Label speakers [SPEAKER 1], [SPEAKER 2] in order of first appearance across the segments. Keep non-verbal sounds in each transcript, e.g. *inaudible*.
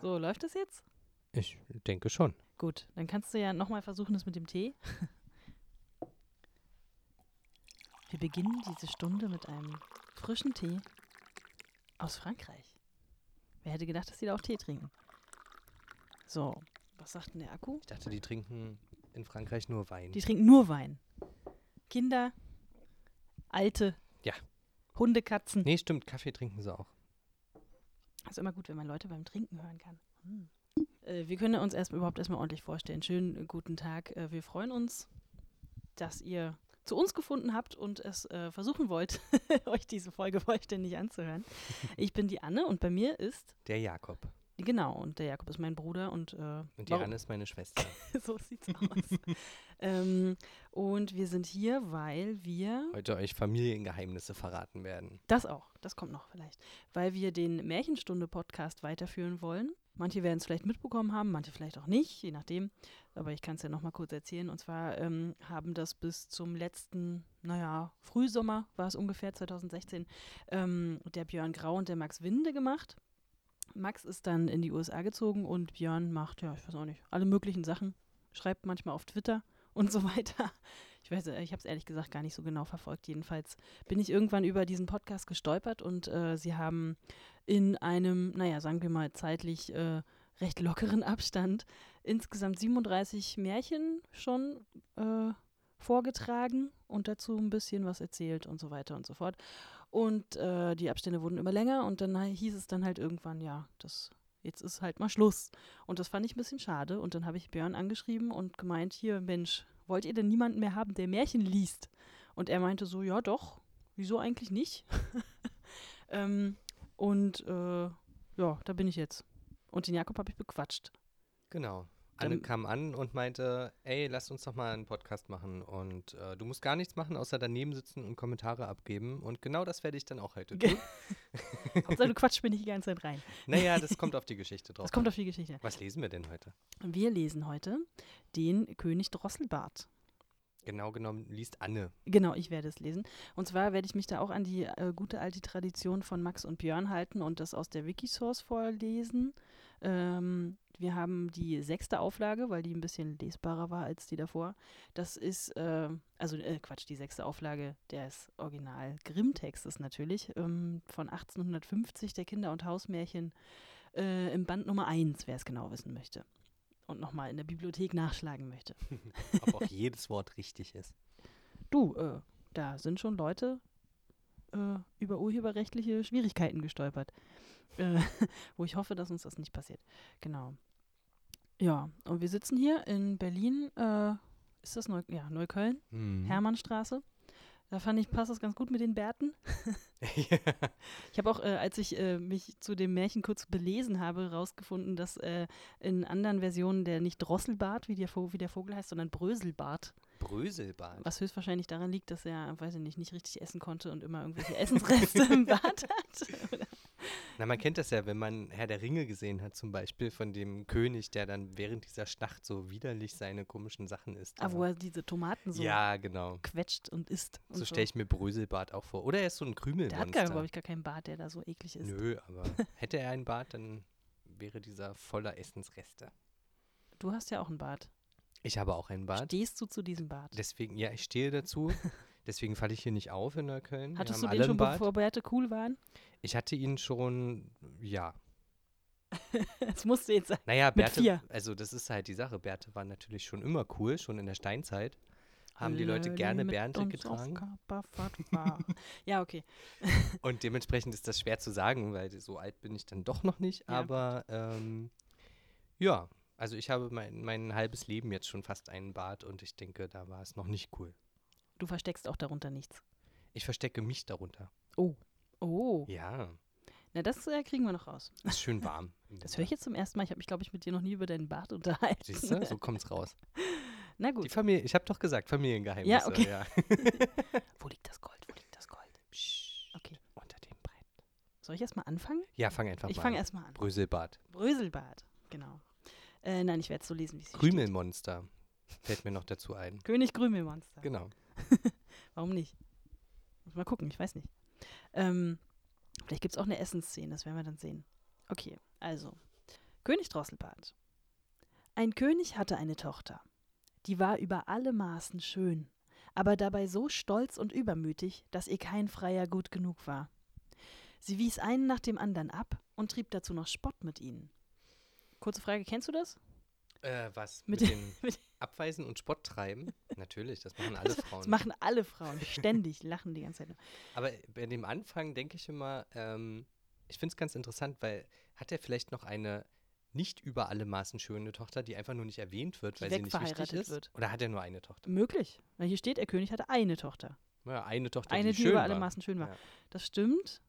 [SPEAKER 1] So, läuft das jetzt?
[SPEAKER 2] Ich denke schon.
[SPEAKER 1] Gut, dann kannst du ja nochmal versuchen, das mit dem Tee. *laughs* Wir beginnen diese Stunde mit einem frischen Tee aus Frankreich. Wer hätte gedacht, dass die da auch Tee trinken? So, was sagt denn der Akku?
[SPEAKER 2] Ich dachte, die trinken in Frankreich nur Wein.
[SPEAKER 1] Die trinken nur Wein. Kinder, Alte,
[SPEAKER 2] Ja.
[SPEAKER 1] Hunde, Katzen.
[SPEAKER 2] nee, stimmt, Kaffee trinken sie auch.
[SPEAKER 1] Ist immer gut, wenn man Leute beim Trinken hören kann. Hm. Äh, wir können uns erst, überhaupt erstmal ordentlich vorstellen. Schönen äh, guten Tag. Äh, wir freuen uns, dass ihr zu uns gefunden habt und es äh, versuchen wollt, *laughs* euch diese Folge vollständig anzuhören. Ich bin die Anne und bei mir ist,
[SPEAKER 2] Der Jakob.
[SPEAKER 1] genau, und der Jakob ist mein Bruder und, äh,
[SPEAKER 2] Und die
[SPEAKER 1] warum-
[SPEAKER 2] Anne ist meine Schwester.
[SPEAKER 1] *laughs* so sieht's aus. ähm, und wir sind hier, weil wir
[SPEAKER 2] Heute euch Familiengeheimnisse verraten werden.
[SPEAKER 1] Das auch, das kommt noch vielleicht. Weil wir den Märchenstunde-Podcast weiterführen wollen. Manche werden es vielleicht mitbekommen haben, manche vielleicht auch nicht, je nachdem. Aber ich kann es ja nochmal kurz erzählen. Und zwar ähm, haben das bis zum letzten, naja, Frühsommer war es ungefähr 2016, ähm, der Björn Grau und der Max Winde gemacht. Max ist dann in die USA gezogen und Björn macht, ja, ich weiß auch nicht, alle möglichen Sachen. Schreibt manchmal auf Twitter und so *laughs* weiter. Ich weiß, äh, ich habe es ehrlich gesagt gar nicht so genau verfolgt. Jedenfalls bin ich irgendwann über diesen Podcast gestolpert und äh, sie haben in einem, naja, sagen wir mal, zeitlich äh, recht lockeren Abstand insgesamt 37 Märchen schon äh, vorgetragen und dazu ein bisschen was erzählt und so weiter und so fort. Und äh, die Abstände wurden immer länger und dann hieß es dann halt irgendwann, ja, das. Jetzt ist halt mal Schluss. Und das fand ich ein bisschen schade. Und dann habe ich Björn angeschrieben und gemeint, hier, Mensch, wollt ihr denn niemanden mehr haben, der Märchen liest? Und er meinte so, ja doch, wieso eigentlich nicht? *laughs* ähm, und äh, ja, da bin ich jetzt. Und den Jakob habe ich bequatscht.
[SPEAKER 2] Genau. Anne
[SPEAKER 1] Dann-
[SPEAKER 2] kam an und meinte, ey, lasst uns doch mal einen Podcast machen. Und äh, du musst gar nichts machen, außer daneben sitzen und Kommentare abgeben. Und genau das werde ich dann auch heute tun.
[SPEAKER 1] Hauptsache, du quatscht mir nicht die ganze Zeit rein.
[SPEAKER 2] naja, das kommt auf die Geschichte
[SPEAKER 1] *laughs*
[SPEAKER 2] drauf.
[SPEAKER 1] Das kommt
[SPEAKER 2] an.
[SPEAKER 1] auf die Geschichte.
[SPEAKER 2] Was lesen wir denn heute?
[SPEAKER 1] Wir lesen heute den König Drosselbart.
[SPEAKER 2] Genau genommen
[SPEAKER 1] *laughs*
[SPEAKER 2] liest Anne.
[SPEAKER 1] Genau, ich werde es lesen. Und zwar werde ich mich da auch an die äh, gute alte Tradition von Max und Björn halten und das aus der Wikisource vorlesen. Ähm, wir haben die sechste Auflage, weil die ein bisschen lesbarer war als die davor. Das ist, äh, also äh, Quatsch, die sechste Auflage des Original Grimm-Textes natürlich, ähm, von 1850 der Kinder- und Hausmärchen äh, im Band Nummer 1, wer es genau wissen möchte. Und nochmal in der Bibliothek nachschlagen möchte.
[SPEAKER 2] Ob auch jedes Wort richtig ist.
[SPEAKER 1] Du, äh, da sind schon Leute äh, über urheberrechtliche Schwierigkeiten gestolpert. Äh, *laughs* wo ich hoffe, dass uns das nicht passiert. Genau. Ja, und wir sitzen hier in Berlin. Äh, ist das Neu ja, Neukölln?
[SPEAKER 2] Mhm. *laughs*
[SPEAKER 1] Hermannstraße. Da fand ich, passt das ganz gut mit den Bärten. Ich habe auch, äh, als ich äh, mich zu dem Märchen kurz belesen habe, rausgefunden, dass äh, in anderen Versionen der nicht Drosselbart, wie der, Vo- wie der Vogel heißt, sondern Bröselbart
[SPEAKER 2] Bröselbad.
[SPEAKER 1] was höchstwahrscheinlich daran liegt, dass er, weiß ich nicht, nicht richtig essen konnte und immer irgendwelche Essensreste
[SPEAKER 2] *laughs*
[SPEAKER 1] im Bad hat. Oder-
[SPEAKER 2] Na, man kennt das ja, wenn man Herr der Ringe gesehen hat, zum Beispiel von dem König, der dann während dieser Schlacht so widerlich seine komischen Sachen isst.
[SPEAKER 1] Ah, wo er diese Tomaten so
[SPEAKER 2] ja, genau.
[SPEAKER 1] quetscht und isst. Und
[SPEAKER 2] So stelle ich mir Bröselbart auch vor. Oder er ist so ein
[SPEAKER 1] Der hat, glaube
[SPEAKER 2] Krümelmonster.
[SPEAKER 1] ich, gar keinen Bart, der da so eklig ist.
[SPEAKER 2] Nö, aber
[SPEAKER 1] *laughs*
[SPEAKER 2] hätte er einen Bart, dann wäre dieser voller Essensreste.
[SPEAKER 1] Du hast ja auch einen Bart.
[SPEAKER 2] Ich habe auch einen Bart.
[SPEAKER 1] Stehst du zu diesem Bart?
[SPEAKER 2] Deswegen, ja, ich
[SPEAKER 1] *laughs*
[SPEAKER 2] stehe dazu. Deswegen falle ich hier nicht auf in Neukölln. Wir
[SPEAKER 1] Hattest
[SPEAKER 2] haben
[SPEAKER 1] du
[SPEAKER 2] alle
[SPEAKER 1] den
[SPEAKER 2] einen
[SPEAKER 1] schon,
[SPEAKER 2] Bart.
[SPEAKER 1] bevor Bärte cool waren? *laughs*
[SPEAKER 2] Ich hatte ihn schon, ja.
[SPEAKER 1] Das musste jetzt sein.
[SPEAKER 2] Naja, Bärte,
[SPEAKER 1] vier.
[SPEAKER 2] also das ist halt die Sache. Bärte waren natürlich schon immer cool, schon in der Steinzeit. Haben die Leute
[SPEAKER 1] Alle
[SPEAKER 2] gerne
[SPEAKER 1] mit
[SPEAKER 2] Bärte
[SPEAKER 1] uns auf
[SPEAKER 2] getragen.
[SPEAKER 1] Kaperfahrt
[SPEAKER 2] *laughs*
[SPEAKER 1] fahren. ja, okay.
[SPEAKER 2] Und dementsprechend ist das schwer zu sagen, weil so alt bin ich dann doch noch nicht.
[SPEAKER 1] Ja.
[SPEAKER 2] Aber ähm, ja, also ich habe mein, mein halbes Leben jetzt schon fast einen Bart und ich denke, da war es noch nicht cool.
[SPEAKER 1] Du versteckst auch darunter nichts.
[SPEAKER 2] Ich verstecke mich darunter.
[SPEAKER 1] Oh,
[SPEAKER 2] Ja,
[SPEAKER 1] na das äh, kriegen wir noch raus.
[SPEAKER 2] ist schön warm.
[SPEAKER 1] *laughs* Das höre ich jetzt zum ersten Mal. Ich habe mich, glaube ich, mit dir noch nie über deinen Bart *laughs* unterhalten.
[SPEAKER 2] *laughs*
[SPEAKER 1] *laughs*
[SPEAKER 2] Siehst du, so kommt's raus.
[SPEAKER 1] Na
[SPEAKER 2] Die
[SPEAKER 1] gut.
[SPEAKER 2] Familie, ich habe doch gesagt, Familiengeheimnisse.
[SPEAKER 1] Ja, okay. *laughs*
[SPEAKER 2] ja.
[SPEAKER 1] Wo liegt das Gold? Wo liegt das Gold?
[SPEAKER 2] Psst,
[SPEAKER 1] Okay.
[SPEAKER 2] Unter dem Brett.
[SPEAKER 1] Soll ich erstmal anfangen?
[SPEAKER 2] Ja, fang einfach
[SPEAKER 1] Ich
[SPEAKER 2] mal
[SPEAKER 1] fange
[SPEAKER 2] an.
[SPEAKER 1] erstmal an.
[SPEAKER 2] Bröselbart.
[SPEAKER 1] Bröselbart, genau. Äh, nein, ich werde es so lesen, wie es hier steht.
[SPEAKER 2] Krümelmonster fällt mir noch dazu ein.
[SPEAKER 1] König Krümelmonster.
[SPEAKER 2] Genau.
[SPEAKER 1] Warum nicht? Muss mal gucken, ich weiß nicht. Ähm, vielleicht gibt es auch eine Essensszene, das werden wir dann sehen. Okay, also. König Drosselbart. Ein König hatte eine Tochter. Die war über alle Maßen schön, aber dabei so stolz und übermütig, dass ihr kein Freier gut genug war. Sie wies einen nach dem anderen ab und trieb dazu noch Spott mit ihnen. Kurze Frage, kennst du das?
[SPEAKER 2] Äh, was?
[SPEAKER 1] Mit
[SPEAKER 2] Mit,
[SPEAKER 1] den-
[SPEAKER 2] dem
[SPEAKER 1] *laughs* mit-
[SPEAKER 2] Abweisen und Spott treiben? Natürlich, das machen alle Frauen.
[SPEAKER 1] Das machen alle Frauen ständig, lachen die ganze Zeit.
[SPEAKER 2] Aber bei dem Anfang denke ich immer, ähm, ich finde es ganz interessant, weil hat er vielleicht noch eine nicht über alle Maßen schöne Tochter, die einfach nur nicht erwähnt wird,
[SPEAKER 1] Die
[SPEAKER 2] weil sie nicht wichtig
[SPEAKER 1] wegverheiratet
[SPEAKER 2] ist?
[SPEAKER 1] wird.
[SPEAKER 2] Oder hat er nur eine Tochter?
[SPEAKER 1] Möglich. Weil hier steht, der König hatte eine Tochter.
[SPEAKER 2] Naja, eine Tochter,
[SPEAKER 1] Eine,
[SPEAKER 2] die,
[SPEAKER 1] die
[SPEAKER 2] schön
[SPEAKER 1] über alle
[SPEAKER 2] war.
[SPEAKER 1] Maßen schön war.
[SPEAKER 2] Ja.
[SPEAKER 1] Das stimmt.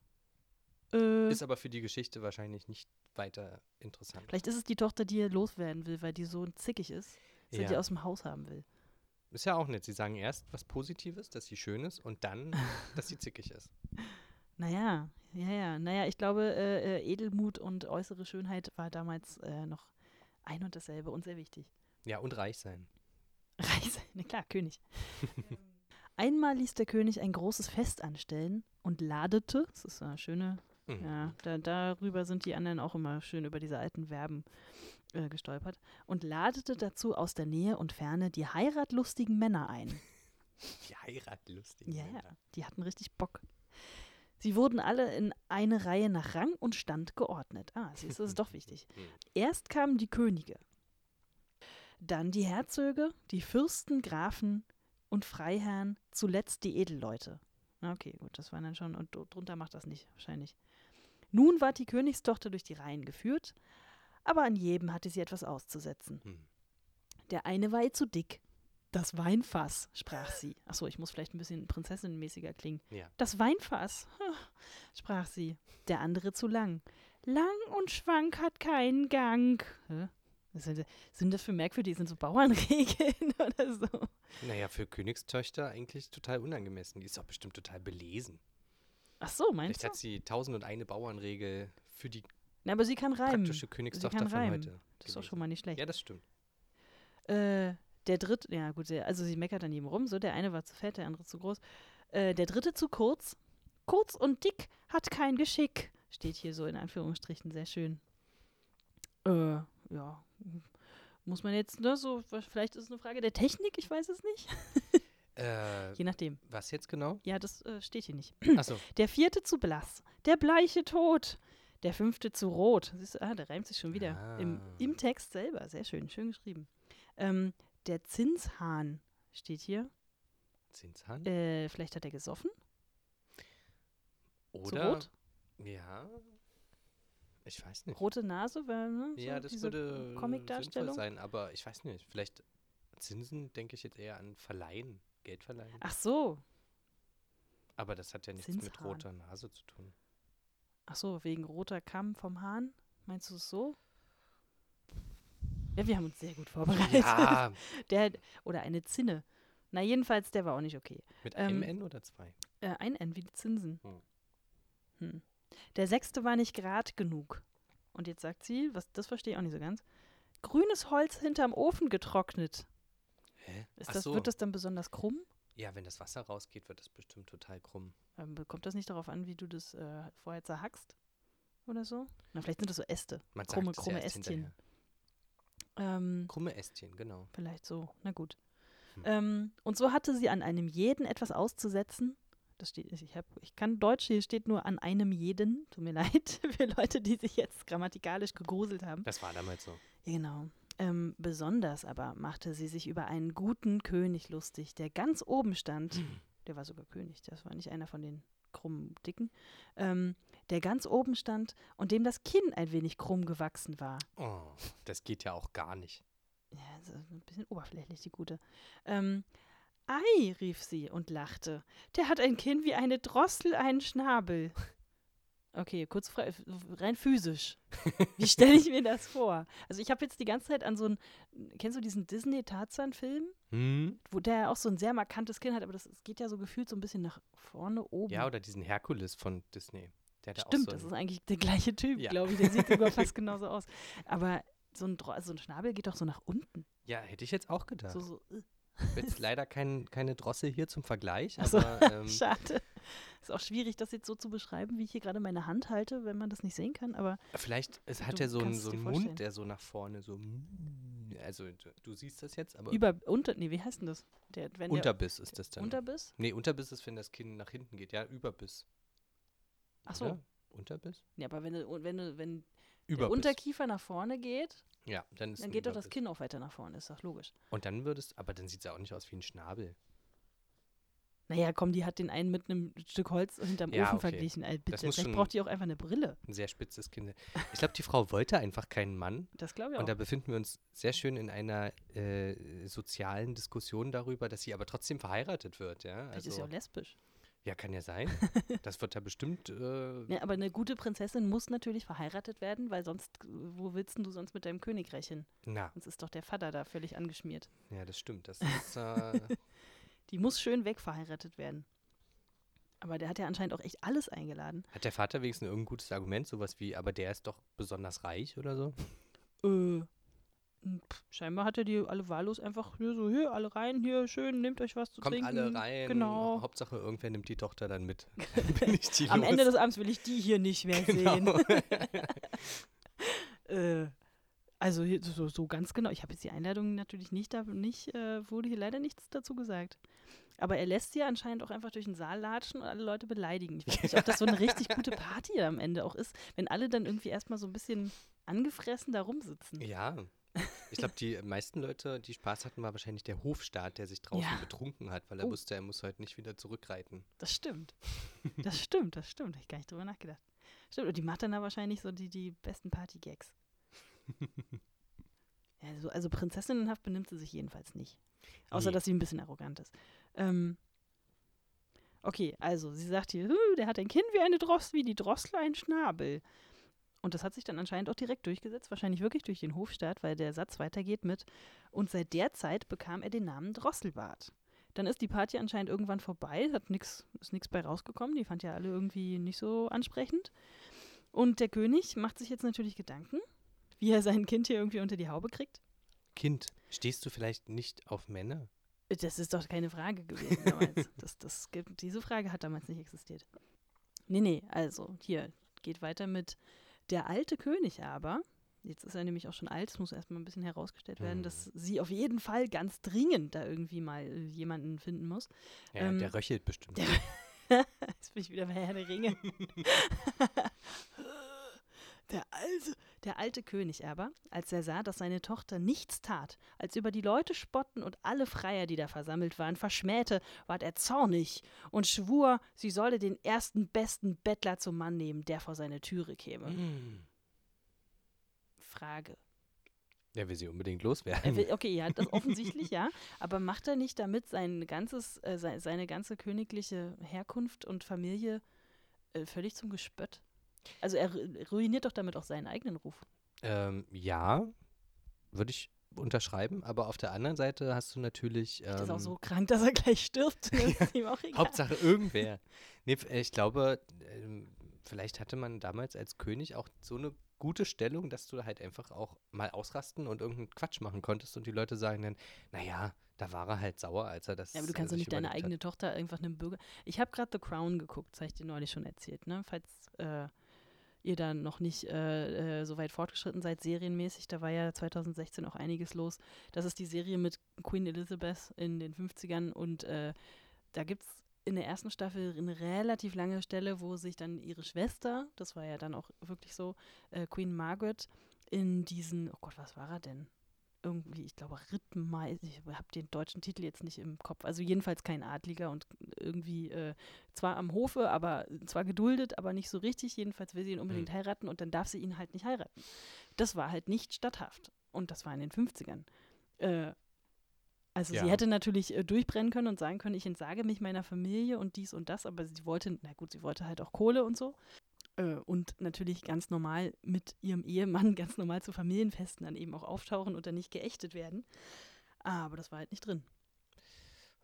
[SPEAKER 1] Äh,
[SPEAKER 2] Ist aber für die Geschichte wahrscheinlich nicht weiter interessant.
[SPEAKER 1] vielleicht ist es die Tochter, die er loswerden will, weil die so zickig ist, dass er die
[SPEAKER 2] Ja.
[SPEAKER 1] aus dem Haus haben will.
[SPEAKER 2] Ist ja auch nett. Sie sagen erst was Positives, dass sie schön ist und
[SPEAKER 1] *laughs*
[SPEAKER 2] dann, dass sie zickig ist.
[SPEAKER 1] Naja, ja, ja. Naja, ich glaube, äh, äh, Edelmut und äußere Schönheit war damals äh, noch ein und dasselbe und sehr wichtig. *laughs*
[SPEAKER 2] Ja, und reich sein.
[SPEAKER 1] Reise, na klar,
[SPEAKER 2] *laughs*
[SPEAKER 1] König. Einmal ließ der König ein großes Fest anstellen und ladete, das ist eine schöne,
[SPEAKER 2] Mhm.
[SPEAKER 1] ja, da, darüber sind die anderen auch immer schön über diese alten Verben äh, gestolpert, und ladete dazu aus der Nähe und Ferne die heiratlustigen Männer ein.
[SPEAKER 2] Die Heiratlustigen.
[SPEAKER 1] *laughs* Ja,
[SPEAKER 2] Männer.
[SPEAKER 1] ja, die hatten richtig Bock. Sie wurden alle in eine Reihe nach Rang und Stand geordnet. Ah, siehst *laughs* du, das ist doch wichtig.
[SPEAKER 2] Mhm.
[SPEAKER 1] Erst kamen die Könige, dann die Herzöge, die Fürsten, Grafen und Freiherren, zuletzt die Edelleute. Na, Okay, gut, das waren dann schon, und dr- drunter macht das nicht, wahrscheinlich. Nun ward die Königstochter durch die Reihen geführt, aber an jedem hatte sie etwas auszusetzen.
[SPEAKER 2] Hm.
[SPEAKER 1] Der eine war ihr zu dick. Das Weinfass, sprach sie. Achso, ich muss vielleicht ein bisschen prinzessinmäßiger klingen.
[SPEAKER 2] Ja.
[SPEAKER 1] Das Weinfass, *laughs* sprach sie. Der andere zu lang. Lang und schwank hat keinen Gang. Hä? Was sind, sind das für merkwürdig? Sind so Bauernregeln *laughs* oder so?
[SPEAKER 2] Naja, für Königstöchter eigentlich total unangemessen. Die ist doch bestimmt total belesen.
[SPEAKER 1] Ach so, meinst
[SPEAKER 2] Vielleicht
[SPEAKER 1] du?
[SPEAKER 2] hat sie 1001 Bauernregel für die
[SPEAKER 1] Na, aber sie kann reimen.
[SPEAKER 2] praktische Königstochter
[SPEAKER 1] kann
[SPEAKER 2] von
[SPEAKER 1] reimen.
[SPEAKER 2] heute.
[SPEAKER 1] Das ist doch
[SPEAKER 2] gewesen.
[SPEAKER 1] schon mal nicht schlecht.
[SPEAKER 2] Ja, das stimmt.
[SPEAKER 1] Äh, der dritte, ja gut, der, also sie meckert an jedem rum, so der eine war zu fett, der andere zu groß. Äh, der dritte zu kurz. Kurz und dick hat kein Geschick. Steht hier so in Anführungsstrichen sehr schön. Äh, ja. Muss man jetzt, ne, so, vielleicht ist es eine Frage der Technik, ich weiß es nicht.
[SPEAKER 2] Äh,
[SPEAKER 1] Je nachdem.
[SPEAKER 2] was jetzt genau?
[SPEAKER 1] *clears throat* Ja, das äh, steht hier nicht.
[SPEAKER 2] Achso,
[SPEAKER 1] Der vierte zu blass, der bleiche tot, der fünfte zu rot. Siehst du, ah, der reimt sich schon wieder. Im,
[SPEAKER 2] Ah.
[SPEAKER 1] Im Text selber, sehr schön, schön geschrieben. Ähm, der Zinshahn steht hier.
[SPEAKER 2] Zinshahn.
[SPEAKER 1] Äh, vielleicht hat er gesoffen, zu
[SPEAKER 2] Oder?
[SPEAKER 1] rot.
[SPEAKER 2] Ja. Ich weiß nicht.
[SPEAKER 1] Rote Nase, weil, ne, so
[SPEAKER 2] ja, das
[SPEAKER 1] diese
[SPEAKER 2] würde sinnvoll
[SPEAKER 1] Comic-Darstellung.
[SPEAKER 2] sein, aber ich weiß nicht. Vielleicht Zinsen denke ich jetzt eher an Verleihen, Geld verleihen.
[SPEAKER 1] Ach so,
[SPEAKER 2] Aber das hat ja nichts mit
[SPEAKER 1] Zinshahn.
[SPEAKER 2] roter Nase zu tun.
[SPEAKER 1] ach so, wegen roter Kamm vom Hahn. Meinst du es so? Ja, wir haben uns sehr gut vorbereitet.
[SPEAKER 2] Ja,
[SPEAKER 1] *laughs* Der, oder eine Zinne. Na, jedenfalls, der war auch nicht okay.
[SPEAKER 2] *laughs* mit
[SPEAKER 1] Ähm,
[SPEAKER 2] einem N oder zwei?
[SPEAKER 1] Äh, ein N wie die Zinsen.
[SPEAKER 2] Hm.
[SPEAKER 1] Hm. Der sechste war nicht grad genug. Und jetzt sagt sie, was das verstehe ich auch nicht so ganz. Grünes Holz hinterm Ofen getrocknet.
[SPEAKER 2] Hä?
[SPEAKER 1] Ist
[SPEAKER 2] Ach
[SPEAKER 1] das,
[SPEAKER 2] so.
[SPEAKER 1] Wird das dann besonders krumm?
[SPEAKER 2] ja, wenn das Wasser rausgeht, wird das bestimmt total krumm.
[SPEAKER 1] Ähm, be- kommt das nicht darauf an, wie du das äh, vorher zerhackst oder so? Na, vielleicht sind das so Äste.
[SPEAKER 2] Man
[SPEAKER 1] Krumme-
[SPEAKER 2] sagt es
[SPEAKER 1] krumme
[SPEAKER 2] ja erst
[SPEAKER 1] Ästchen.
[SPEAKER 2] hinterher.
[SPEAKER 1] Ähm,
[SPEAKER 2] Krumme Ästchen, genau.
[SPEAKER 1] vielleicht so. Na gut.
[SPEAKER 2] Hm.
[SPEAKER 1] Ähm, und so hatte sie an einem jeden etwas auszusetzen. Das steht, ich, hab, ich kann Deutsch, hier steht nur an einem jeden. Tut mir *laughs* leid für Leute, die sich jetzt grammatikalisch gegruselt haben.
[SPEAKER 2] Das war damals so.
[SPEAKER 1] Genau. Ähm, besonders aber machte sie sich über einen guten König lustig, der ganz oben stand. Der war sogar König, das war nicht einer von den krummen Dicken. Ähm, der ganz oben stand und dem das Kinn ein wenig krumm gewachsen war.
[SPEAKER 2] Oh, das geht ja auch gar nicht.
[SPEAKER 1] Ja, Also, so ein bisschen oberflächlich, die gute. Ähm, Ei, rief sie und lachte. Der hat ein Kinn wie eine Drossel einen Schnabel. Okay, kurz fra- f- rein physisch. Wie stelle ich mir das vor? Also ich habe jetzt die ganze Zeit an so einen, kennst du diesen Disney-Tarzan-Film,
[SPEAKER 2] Hm?
[SPEAKER 1] wo der auch so ein sehr markantes Kinn hat, aber das es geht ja so gefühlt so ein bisschen nach vorne oben.
[SPEAKER 2] Ja, oder diesen Herkules von Disney. Der hat ja
[SPEAKER 1] Stimmt,
[SPEAKER 2] auch
[SPEAKER 1] das
[SPEAKER 2] so
[SPEAKER 1] ist
[SPEAKER 2] ein,
[SPEAKER 1] eigentlich der gleiche Typ,
[SPEAKER 2] Ja.
[SPEAKER 1] glaube ich. Der sieht
[SPEAKER 2] *laughs*
[SPEAKER 1] sogar fast genauso aus. Aber so ein, Dro- so ein Schnabel geht doch so nach unten.
[SPEAKER 2] Ja, hätte ich jetzt auch gedacht.
[SPEAKER 1] So, so, äh,
[SPEAKER 2] Jetzt leider kein, keine Drossel hier zum Vergleich,
[SPEAKER 1] *laughs* Ach so.
[SPEAKER 2] aber ähm,
[SPEAKER 1] schade. Ist auch schwierig, das jetzt so zu beschreiben, wie ich hier gerade meine Hand halte, wenn man das nicht sehen kann, aber
[SPEAKER 2] Vielleicht es hat
[SPEAKER 1] Du
[SPEAKER 2] er so einen,
[SPEAKER 1] kannst es
[SPEAKER 2] so
[SPEAKER 1] dir
[SPEAKER 2] einen
[SPEAKER 1] vorstellen.
[SPEAKER 2] Mund, der so nach vorne so. mm, Also du, du siehst das jetzt, aber
[SPEAKER 1] über, unter, nee, wie heißt denn das? Der, wenn
[SPEAKER 2] Unterbiss ist das
[SPEAKER 1] der
[SPEAKER 2] dann.
[SPEAKER 1] Unterbiss?
[SPEAKER 2] nee, Unterbiss ist, wenn das Kinn nach hinten geht. Ja, Überbiss.
[SPEAKER 1] Ach so.
[SPEAKER 2] oder? Unterbiss?
[SPEAKER 1] Ja, aber wenn, du- wenn, du- wenn der
[SPEAKER 2] Überbiss.
[SPEAKER 1] Unterkiefer nach vorne geht,
[SPEAKER 2] ja, dann ist
[SPEAKER 1] dann
[SPEAKER 2] ein
[SPEAKER 1] geht doch das
[SPEAKER 2] Überbiss.
[SPEAKER 1] Kinn auch weiter nach vorne, ist doch logisch.
[SPEAKER 2] Und dann würdest, aber dann sieht es ja auch nicht aus wie ein Schnabel.
[SPEAKER 1] Naja, komm, die hat den einen mit einem Stück Holz hinterm
[SPEAKER 2] Ja,
[SPEAKER 1] Ofen
[SPEAKER 2] okay.
[SPEAKER 1] verglichen. Ey, bitte,
[SPEAKER 2] muss
[SPEAKER 1] vielleicht
[SPEAKER 2] schon-
[SPEAKER 1] braucht die auch einfach eine Brille.
[SPEAKER 2] Ein sehr spitzes Kinn. Ich glaube, die Frau wollte einfach keinen
[SPEAKER 1] *laughs*
[SPEAKER 2] Mann.
[SPEAKER 1] Das glaube ich auch.
[SPEAKER 2] Und da befinden wir uns sehr schön in einer äh, sozialen Diskussion darüber, dass sie aber trotzdem verheiratet wird, ja.
[SPEAKER 1] vielleicht ist sie
[SPEAKER 2] Also,
[SPEAKER 1] auch lesbisch.
[SPEAKER 2] ja, kann ja
[SPEAKER 1] *laughs*
[SPEAKER 2] sein. Das wird da bestimmt. Äh,
[SPEAKER 1] Ja, aber eine gute Prinzessin muss natürlich verheiratet werden, weil sonst, äh, wo willst denn du sonst mit deinem Königreich hin?
[SPEAKER 2] Na,
[SPEAKER 1] Sonst ist doch der Vater da völlig angeschmiert.
[SPEAKER 2] ja, das stimmt. Das ist, äh, *laughs*
[SPEAKER 1] Die muss schön wegverheiratet werden. Aber der hat ja anscheinend auch echt alles eingeladen.
[SPEAKER 2] hat der Vater wenigstens irgendein gutes Argument, sowas wie, aber der ist doch besonders reich oder so?
[SPEAKER 1] Äh, pf, scheinbar hat er die alle wahllos einfach hier so, hier, alle rein, hier, schön, nehmt euch was zu
[SPEAKER 2] Kommt
[SPEAKER 1] trinken.
[SPEAKER 2] alle rein.
[SPEAKER 1] Genau.
[SPEAKER 2] Hauptsache, irgendwer nimmt die Tochter dann
[SPEAKER 1] *laughs*
[SPEAKER 2] mit. Dann bin ich die
[SPEAKER 1] Am
[SPEAKER 2] los.
[SPEAKER 1] Ende des Abends will ich die hier nicht mehr sehen.
[SPEAKER 2] *laughs* genau.
[SPEAKER 1] Äh, also hier, so, so ganz genau. Ich habe jetzt die Einladung natürlich nicht, da nicht äh, wurde hier leider nichts dazu gesagt. Aber er lässt sie ja anscheinend auch einfach durch den Saal latschen und alle Leute beleidigen. Ich weiß nicht, ob das so eine richtig gute Party am Ende auch ist, wenn alle dann irgendwie erstmal so ein bisschen angefressen da rumsitzen.
[SPEAKER 2] Ja. Ich glaube, die meisten Leute, die Spaß hatten, war wahrscheinlich der Hofstaat, der sich draußen
[SPEAKER 1] Ja.
[SPEAKER 2] betrunken hat, weil er
[SPEAKER 1] Oh.
[SPEAKER 2] wusste, er muss heute nicht wieder zurückreiten.
[SPEAKER 1] Das stimmt. Das stimmt, das stimmt. Hab ich gar nicht drüber nachgedacht. Stimmt, und die macht dann da wahrscheinlich so die, die besten Party-Gags. ja, so, also prinzessinnenhaft benimmt sie sich jedenfalls nicht. Außer,
[SPEAKER 2] Nee.
[SPEAKER 1] dass sie ein bisschen arrogant ist. Ähm, okay, also sie sagt hier, "Huh, der hat ein Kinn wie eine Drossel, wie die Drossel ein Schnabel. Und das hat sich dann anscheinend auch direkt durchgesetzt, wahrscheinlich wirklich durch den Hofstaat, weil der Satz weitergeht mit Und seit der Zeit bekam er den Namen Drosselbart. Dann ist die Party anscheinend irgendwann vorbei, hat nix, ist nichts bei rausgekommen, die fand ja alle irgendwie nicht so ansprechend. Und der König macht sich jetzt natürlich Gedanken, wie er sein Kind hier irgendwie unter die Haube kriegt.
[SPEAKER 2] Kind, stehst du vielleicht nicht auf Männer?
[SPEAKER 1] Das ist doch keine Frage gewesen damals. das, das gibt, diese Frage hat damals nicht existiert. Nee, nee, also hier geht weiter mit der alte König aber. Jetzt ist er nämlich auch schon alt, es muss erstmal ein bisschen herausgestellt werden,
[SPEAKER 2] Hm.
[SPEAKER 1] dass sie auf jeden Fall ganz dringend da irgendwie mal äh, jemanden finden muss.
[SPEAKER 2] Ja,
[SPEAKER 1] Ähm,
[SPEAKER 2] der röchelt bestimmt.
[SPEAKER 1] der- Jetzt bin ich wieder bei Herr der Ringe. *laughs* der, alte, der alte König aber, als er sah, dass seine Tochter nichts tat, als über die Leute spotten und alle Freier, die da versammelt waren, verschmähte, ward er zornig und schwur, sie solle den ersten besten Bettler zum Mann nehmen, der vor seine Türe käme.
[SPEAKER 2] Mm.
[SPEAKER 1] Frage.
[SPEAKER 2] Der will sie unbedingt
[SPEAKER 1] Er
[SPEAKER 2] loswerden.
[SPEAKER 1] will, Äh, okay, ja, das offensichtlich, ja. Aber macht er nicht damit sein ganzes, äh, sei- seine ganze königliche Herkunft und Familie äh, völlig zum Gespött? Also er ru- ruiniert doch damit auch seinen eigenen Ruf.
[SPEAKER 2] ähm, ja, würde ich unterschreiben, aber auf der anderen Seite hast du natürlich. Ähm,
[SPEAKER 1] Der ist auch so krank, dass er gleich stirbt. Das ist ihm *laughs* auch egal.
[SPEAKER 2] Hauptsache irgendwer. Nee, f- äh, ich glaube, ähm, vielleicht hatte man damals als König auch so eine gute Stellung, dass du halt einfach auch mal ausrasten und irgendeinen Quatsch machen konntest und die Leute sagen dann, naja, da war er halt sauer, als er das.
[SPEAKER 1] Ja, aber du
[SPEAKER 2] äh,
[SPEAKER 1] kannst doch
[SPEAKER 2] sich
[SPEAKER 1] nicht deine
[SPEAKER 2] überlegt
[SPEAKER 1] eigene Tochter einfach einem Bürger. Ich habe gerade The Crown geguckt, das habe ich dir neulich schon erzählt, ne? Falls äh, ihr da noch nicht äh, äh, so weit fortgeschritten seid, serienmäßig, da war ja 2016 auch einiges los. Das ist die Serie mit Queen Elizabeth in den 50ern und äh, da gibt es in der ersten Staffel eine relativ lange Stelle, wo sich dann ihre Schwester, das war ja dann auch wirklich so, äh, Queen Margaret, in diesen, oh Gott, was war er denn? irgendwie, ich glaube, Rittmeister, ich habe den deutschen Titel jetzt nicht im Kopf, also jedenfalls kein Adliger und irgendwie äh, zwar am Hofe, aber zwar geduldet, aber nicht so richtig, jedenfalls will sie ihn unbedingt heiraten und dann darf sie ihn halt nicht heiraten. Das war halt nicht statthaft und das war in den 50ern. Äh, also
[SPEAKER 2] Ja.
[SPEAKER 1] sie hätte natürlich äh, durchbrennen können und sagen können, ich entsage mich meiner Familie und dies und das, aber sie wollte, na gut, sie wollte halt auch Kohle und so. Äh, und natürlich ganz normal mit ihrem Ehemann *laughs* ganz normal zu Familienfesten dann eben auch auftauchen und dann nicht geächtet werden. Aber das war halt nicht drin.
[SPEAKER 2] Hat.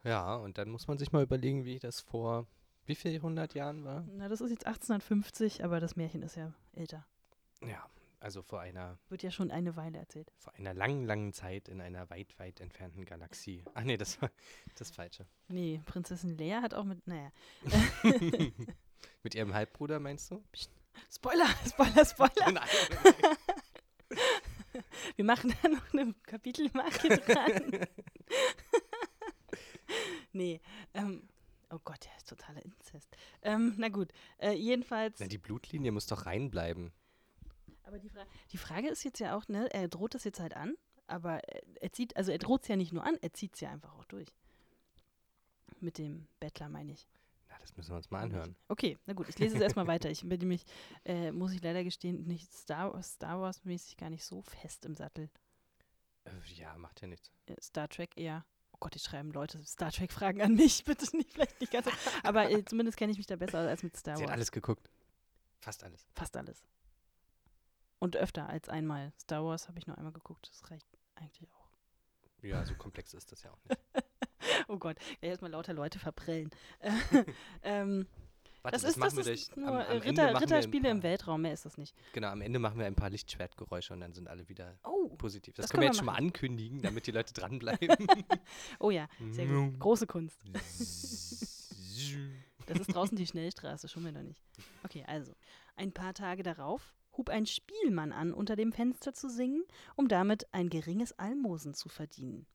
[SPEAKER 2] Ja, und dann muss man sich mal überlegen, wie das vor wie viel hundert Jahren war.
[SPEAKER 1] Na, das ist jetzt 1850, aber das Märchen ist ja älter.
[SPEAKER 2] Ja, Also vor einer,
[SPEAKER 1] Wird ja schon eine Weile erzählt.
[SPEAKER 2] vor einer langen, langen Zeit in einer weit, weit entfernten Galaxie. Ach nee, das war das
[SPEAKER 1] *laughs*
[SPEAKER 2] Falsche. *laughs*
[SPEAKER 1] Nee, Prinzessin Leia hat auch mit. Naja.
[SPEAKER 2] Mit ihrem Halbbruder meinst du?
[SPEAKER 1] Spoiler, *laughs* Spoiler, Spoiler.
[SPEAKER 2] Nein.
[SPEAKER 1] *laughs* Wir machen da noch eine Kapitelmarke dran. *laughs* nee. Ähm, oh Gott, der ist totaler Inzest. Ähm, na gut, äh, jedenfalls.
[SPEAKER 2] Na, die Blutlinie muss doch reinbleiben.
[SPEAKER 1] Aber die, Fra die Frage ist jetzt ja auch, ne, er droht das jetzt halt an, aber er, er zieht, also er droht es ja nicht nur an, er zieht es ja einfach auch durch. Mit dem Bettler meine ich.
[SPEAKER 2] Na, das müssen wir
[SPEAKER 1] Hm.
[SPEAKER 2] uns mal anhören.
[SPEAKER 1] Okay, na gut, ich lese es erstmal weiter. Ich bin nämlich, äh, muss ich leider gestehen, nicht Star, Star Wars-mäßig gar nicht so fest im Sattel.
[SPEAKER 2] Äh, ja, macht ja nichts.
[SPEAKER 1] Äh, Star Trek eher. Oh Gott, die schreiben Leute Star Trek-Fragen an mich, *laughs* bitte nicht, vielleicht nicht ganz. so. Aber äh, zumindest kenne ich mich da besser als mit Star
[SPEAKER 2] Sie hat
[SPEAKER 1] Wars.
[SPEAKER 2] alles geguckt. Fast alles.
[SPEAKER 1] Fast alles. Und öfter als einmal. Star Wars habe ich nur einmal geguckt, das reicht eigentlich auch.
[SPEAKER 2] Ja, so komplex ist das ja auch nicht.
[SPEAKER 1] Oh Gott, gleich erstmal lauter Leute verprellen. *laughs* Äh, ähm,
[SPEAKER 2] Warte,
[SPEAKER 1] *laughs* das, ist, das
[SPEAKER 2] machen wir
[SPEAKER 1] ist
[SPEAKER 2] durch-
[SPEAKER 1] nur
[SPEAKER 2] am- am
[SPEAKER 1] äh,
[SPEAKER 2] Ende machen wir
[SPEAKER 1] Ritter,
[SPEAKER 2] ein
[SPEAKER 1] Ritterspiele
[SPEAKER 2] paar-
[SPEAKER 1] im Weltraum, mehr ist das nicht.
[SPEAKER 2] Genau, am Ende machen wir ein paar Lichtschwertgeräusche und dann sind alle wieder
[SPEAKER 1] Oh,
[SPEAKER 2] positiv. Das,
[SPEAKER 1] Das
[SPEAKER 2] können wir
[SPEAKER 1] können
[SPEAKER 2] jetzt
[SPEAKER 1] wir
[SPEAKER 2] schon mal ankündigen, damit die
[SPEAKER 1] *laughs*
[SPEAKER 2] Leute dranbleiben.
[SPEAKER 1] oh ja, sehr gut. Große Kunst. Das ist draußen die Schnellstraße, schon wieder nicht. Okay, also. Ein paar Tage darauf hub ein Spielmann an, unter dem Fenster zu singen, um damit ein geringes Almosen zu verdienen.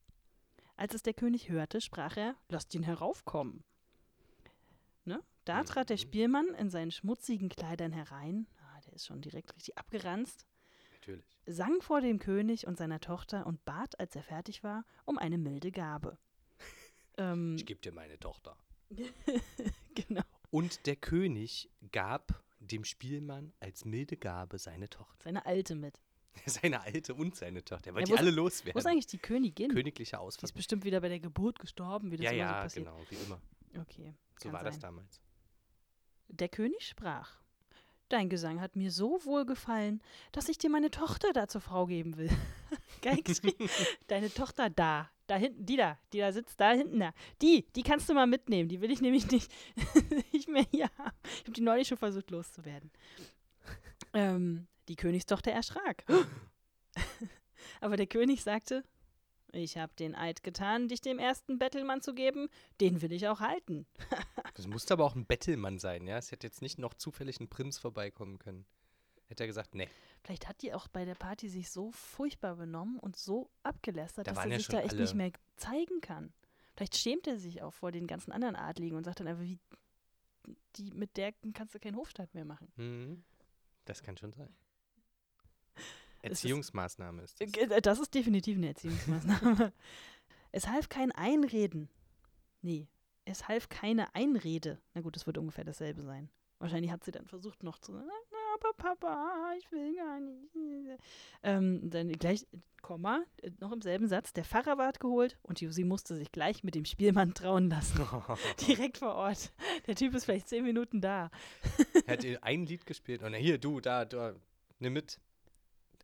[SPEAKER 1] Als es der König hörte, sprach er, lasst ihn heraufkommen. Ne? Da trat der
[SPEAKER 2] Mhm.
[SPEAKER 1] Spielmann in seinen schmutzigen Kleidern herein. Ah, der ist schon direkt richtig abgeranzt.
[SPEAKER 2] Natürlich.
[SPEAKER 1] sang vor dem König und seiner Tochter und bat, als er fertig war, um eine milde *laughs* Gabe. ähm,
[SPEAKER 2] Ich gebe dir meine Tochter.
[SPEAKER 1] genau,
[SPEAKER 2] Und der König gab dem Spielmann als milde Gabe seine Tochter. *laughs*
[SPEAKER 1] seine Alte mit.
[SPEAKER 2] Seine alte und seine Tochter. Er
[SPEAKER 1] Ja,
[SPEAKER 2] wollte
[SPEAKER 1] wo
[SPEAKER 2] die
[SPEAKER 1] ist-
[SPEAKER 2] alle
[SPEAKER 1] Wo ist
[SPEAKER 2] loswerden.
[SPEAKER 1] eigentlich die Königin?
[SPEAKER 2] Königlicher
[SPEAKER 1] die ist
[SPEAKER 2] Ausfall.
[SPEAKER 1] bestimmt wieder bei der Geburt gestorben, wie das
[SPEAKER 2] Ja,
[SPEAKER 1] immer
[SPEAKER 2] ja,
[SPEAKER 1] so passiert.
[SPEAKER 2] genau, wie immer.
[SPEAKER 1] Okay,
[SPEAKER 2] So
[SPEAKER 1] kann
[SPEAKER 2] war das
[SPEAKER 1] sein.
[SPEAKER 2] damals.
[SPEAKER 1] Der König sprach. Dein Gesang hat mir so wohl gefallen, dass ich dir meine Tochter da zur Frau geben will. *laughs* Geil geschrieben. Deine Tochter da, da hinten, die da, die da sitzt, da hinten da. Die, die kannst du mal mitnehmen, die will ich nämlich nicht, *laughs* nicht mehr hier haben. Ich habe die neulich schon versucht loszuwerden. Ähm, die Königstochter erschrak. *gasps* Aber der König sagte, ich habe den Eid getan, dich dem ersten Bettelmann zu geben, den will ich auch halten.
[SPEAKER 2] Das musste aber auch ein Bettelmann sein, ja? Es hätte jetzt nicht noch zufällig ein Prinz vorbeikommen können. Hätte er gesagt, ne, nee,
[SPEAKER 1] Vielleicht hat die auch bei der Party sich so furchtbar benommen und so abgelästert,
[SPEAKER 2] Da
[SPEAKER 1] dass
[SPEAKER 2] waren
[SPEAKER 1] er
[SPEAKER 2] ja
[SPEAKER 1] sich
[SPEAKER 2] schon
[SPEAKER 1] da echt
[SPEAKER 2] alle.
[SPEAKER 1] nicht mehr zeigen kann. Vielleicht schämt er sich auch vor den ganzen anderen Adligen und sagt dann einfach, wie, die, mit der kannst du keinen Hofstaat mehr machen.
[SPEAKER 2] Mhm. Das kann schon sein.
[SPEAKER 1] *laughs* Es ist-
[SPEAKER 2] Erziehungsmaßnahme ist das.
[SPEAKER 1] Äh, Das ist definitiv eine Erziehungsmaßnahme. *laughs* es half kein Einreden. Nee, es half keine Einrede. Na gut, das wird ungefähr dasselbe sein. Wahrscheinlich hat sie dann versucht noch zu sagen, "Na, aber Papa, ich will gar nicht. Ähm, dann gleich, äh, Komma, äh, noch im selben Satz, der Pfarrer ward geholt und die- sie musste sich gleich mit dem Spielmann trauen
[SPEAKER 2] *laughs*
[SPEAKER 1] lassen. Direkt vor Ort. Der Typ ist vielleicht zehn Minuten da.
[SPEAKER 2] *laughs* Er hat ihr ein Lied gespielt und er, hier, du, da, da, nimm mit.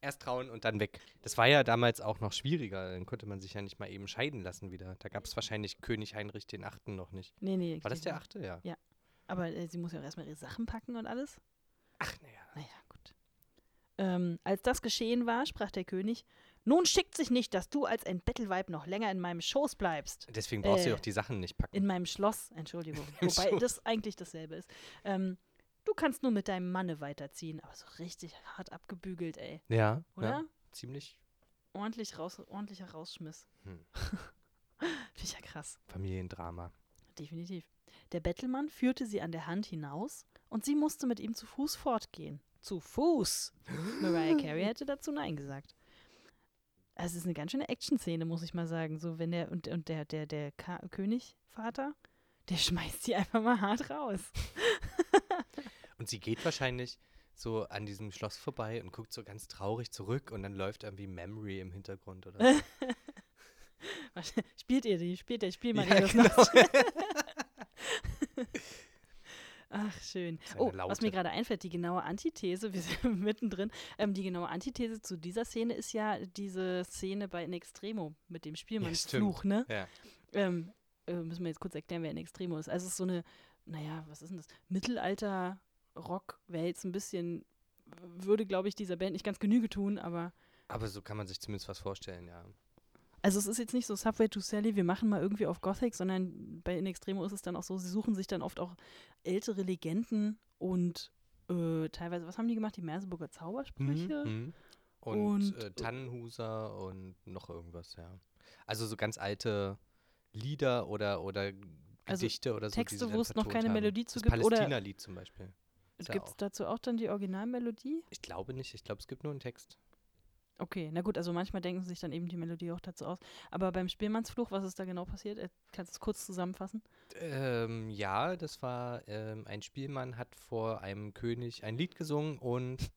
[SPEAKER 2] Erst trauen und dann weg. Das war ja damals auch noch schwieriger. Dann konnte man sich ja nicht mal eben scheiden lassen wieder. Da gab es wahrscheinlich König Heinrich den Achten noch nicht.
[SPEAKER 1] Nee, nee.
[SPEAKER 2] War das der
[SPEAKER 1] die-
[SPEAKER 2] Achte? Ja.
[SPEAKER 1] Aber äh, sie muss ja auch erstmal ihre Sachen packen und alles.
[SPEAKER 2] Ach, naja.
[SPEAKER 1] Naja, gut. Ähm, als das geschehen war, sprach der König: Nun schickt sich nicht, dass du als ein Bettelweib noch länger in meinem Schoß bleibst.
[SPEAKER 2] Deswegen brauchst du
[SPEAKER 1] Äh,
[SPEAKER 2] doch die Sachen nicht
[SPEAKER 1] In
[SPEAKER 2] packen.
[SPEAKER 1] meinem Schloss,
[SPEAKER 2] *laughs*
[SPEAKER 1] Entschuldigung.
[SPEAKER 2] Im
[SPEAKER 1] Wobei
[SPEAKER 2] Schoß.
[SPEAKER 1] das eigentlich dasselbe ist. Ähm, du kannst nur mit deinem Manne weiterziehen. Aber so richtig hart abgebügelt, ey.
[SPEAKER 2] Ja,
[SPEAKER 1] Oder?
[SPEAKER 2] ja. Ziemlich
[SPEAKER 1] Ordentlich raus, ordentlicher Rausschmiss.
[SPEAKER 2] Hm.
[SPEAKER 1] *laughs* Finde ich ja krass.
[SPEAKER 2] Familiendrama.
[SPEAKER 1] Definitiv. Der Bettelmann führte sie an der Hand hinaus und sie musste mit ihm zu Fuß fortgehen. Zu Fuß! Mariah Carey hätte dazu Nein gesagt. Also es ist eine ganz schöne Action-Szene, muss ich mal sagen. So, wenn der und, und der, der, der Ka Königvater, der *laughs* schmeißt sie einfach mal hart raus.
[SPEAKER 2] Und sie geht wahrscheinlich so an diesem Schloss vorbei und guckt so ganz traurig zurück und dann läuft irgendwie Memory im Hintergrund oder
[SPEAKER 1] *laughs*
[SPEAKER 2] so.
[SPEAKER 1] Was- *laughs* Spielt ihr die? Spielt der Spielmann
[SPEAKER 2] Ja,
[SPEAKER 1] ihr das
[SPEAKER 2] genau.
[SPEAKER 1] noch?
[SPEAKER 2] *laughs*
[SPEAKER 1] Ach, schön.
[SPEAKER 2] Seine
[SPEAKER 1] Oh, was
[SPEAKER 2] Laute.
[SPEAKER 1] mir gerade einfällt, die genaue Antithese, wir *laughs* sind mittendrin, ähm, die genaue Antithese zu dieser Szene ist ja diese Szene bei In Extremo mit dem Spielmannsfluch, ne?
[SPEAKER 2] Ja.
[SPEAKER 1] Ähm, äh, müssen wir jetzt kurz erklären, wer In Extremo ist. Also es ist so eine, naja, was ist denn das? Mittelalter-Rock, wäre jetzt ein bisschen würde, glaube ich, dieser Band nicht ganz Genüge tun, aber
[SPEAKER 2] Aber so kann man sich zumindest was vorstellen, ja.
[SPEAKER 1] also es ist jetzt nicht so Subway to Sally, wir machen mal irgendwie auf Gothic, sondern bei In Extremo ist es dann auch so, sie suchen sich dann oft auch ältere Legenden und äh, teilweise, was haben die gemacht? Die Merseburger Zaubersprüche?
[SPEAKER 2] Mhm. Und,
[SPEAKER 1] Und,
[SPEAKER 2] äh, Tannenhuser und noch irgendwas, ja. Also so ganz alte Lieder oder, oder
[SPEAKER 1] Also
[SPEAKER 2] Gedichte oder so. die
[SPEAKER 1] Texte,
[SPEAKER 2] sie dann
[SPEAKER 1] wo es noch
[SPEAKER 2] vertont
[SPEAKER 1] keine
[SPEAKER 2] haben.
[SPEAKER 1] Melodie zu
[SPEAKER 2] Das
[SPEAKER 1] gibt, oder-
[SPEAKER 2] Palästina-Lied zum Beispiel. Ist ja
[SPEAKER 1] Gibt es
[SPEAKER 2] auch-
[SPEAKER 1] dazu auch dann die Originalmelodie?
[SPEAKER 2] Ich glaube nicht, ich glaube, es gibt nur einen Text.
[SPEAKER 1] Okay, na gut, also manchmal denken sie sich dann eben die Melodie auch dazu aus. Aber beim Spielmannsfluch, was ist da genau passiert? Äh, Kannst du es kurz zusammenfassen?
[SPEAKER 2] Ähm, ja, das war ähm, ein Spielmann hat vor einem König ein Lied gesungen und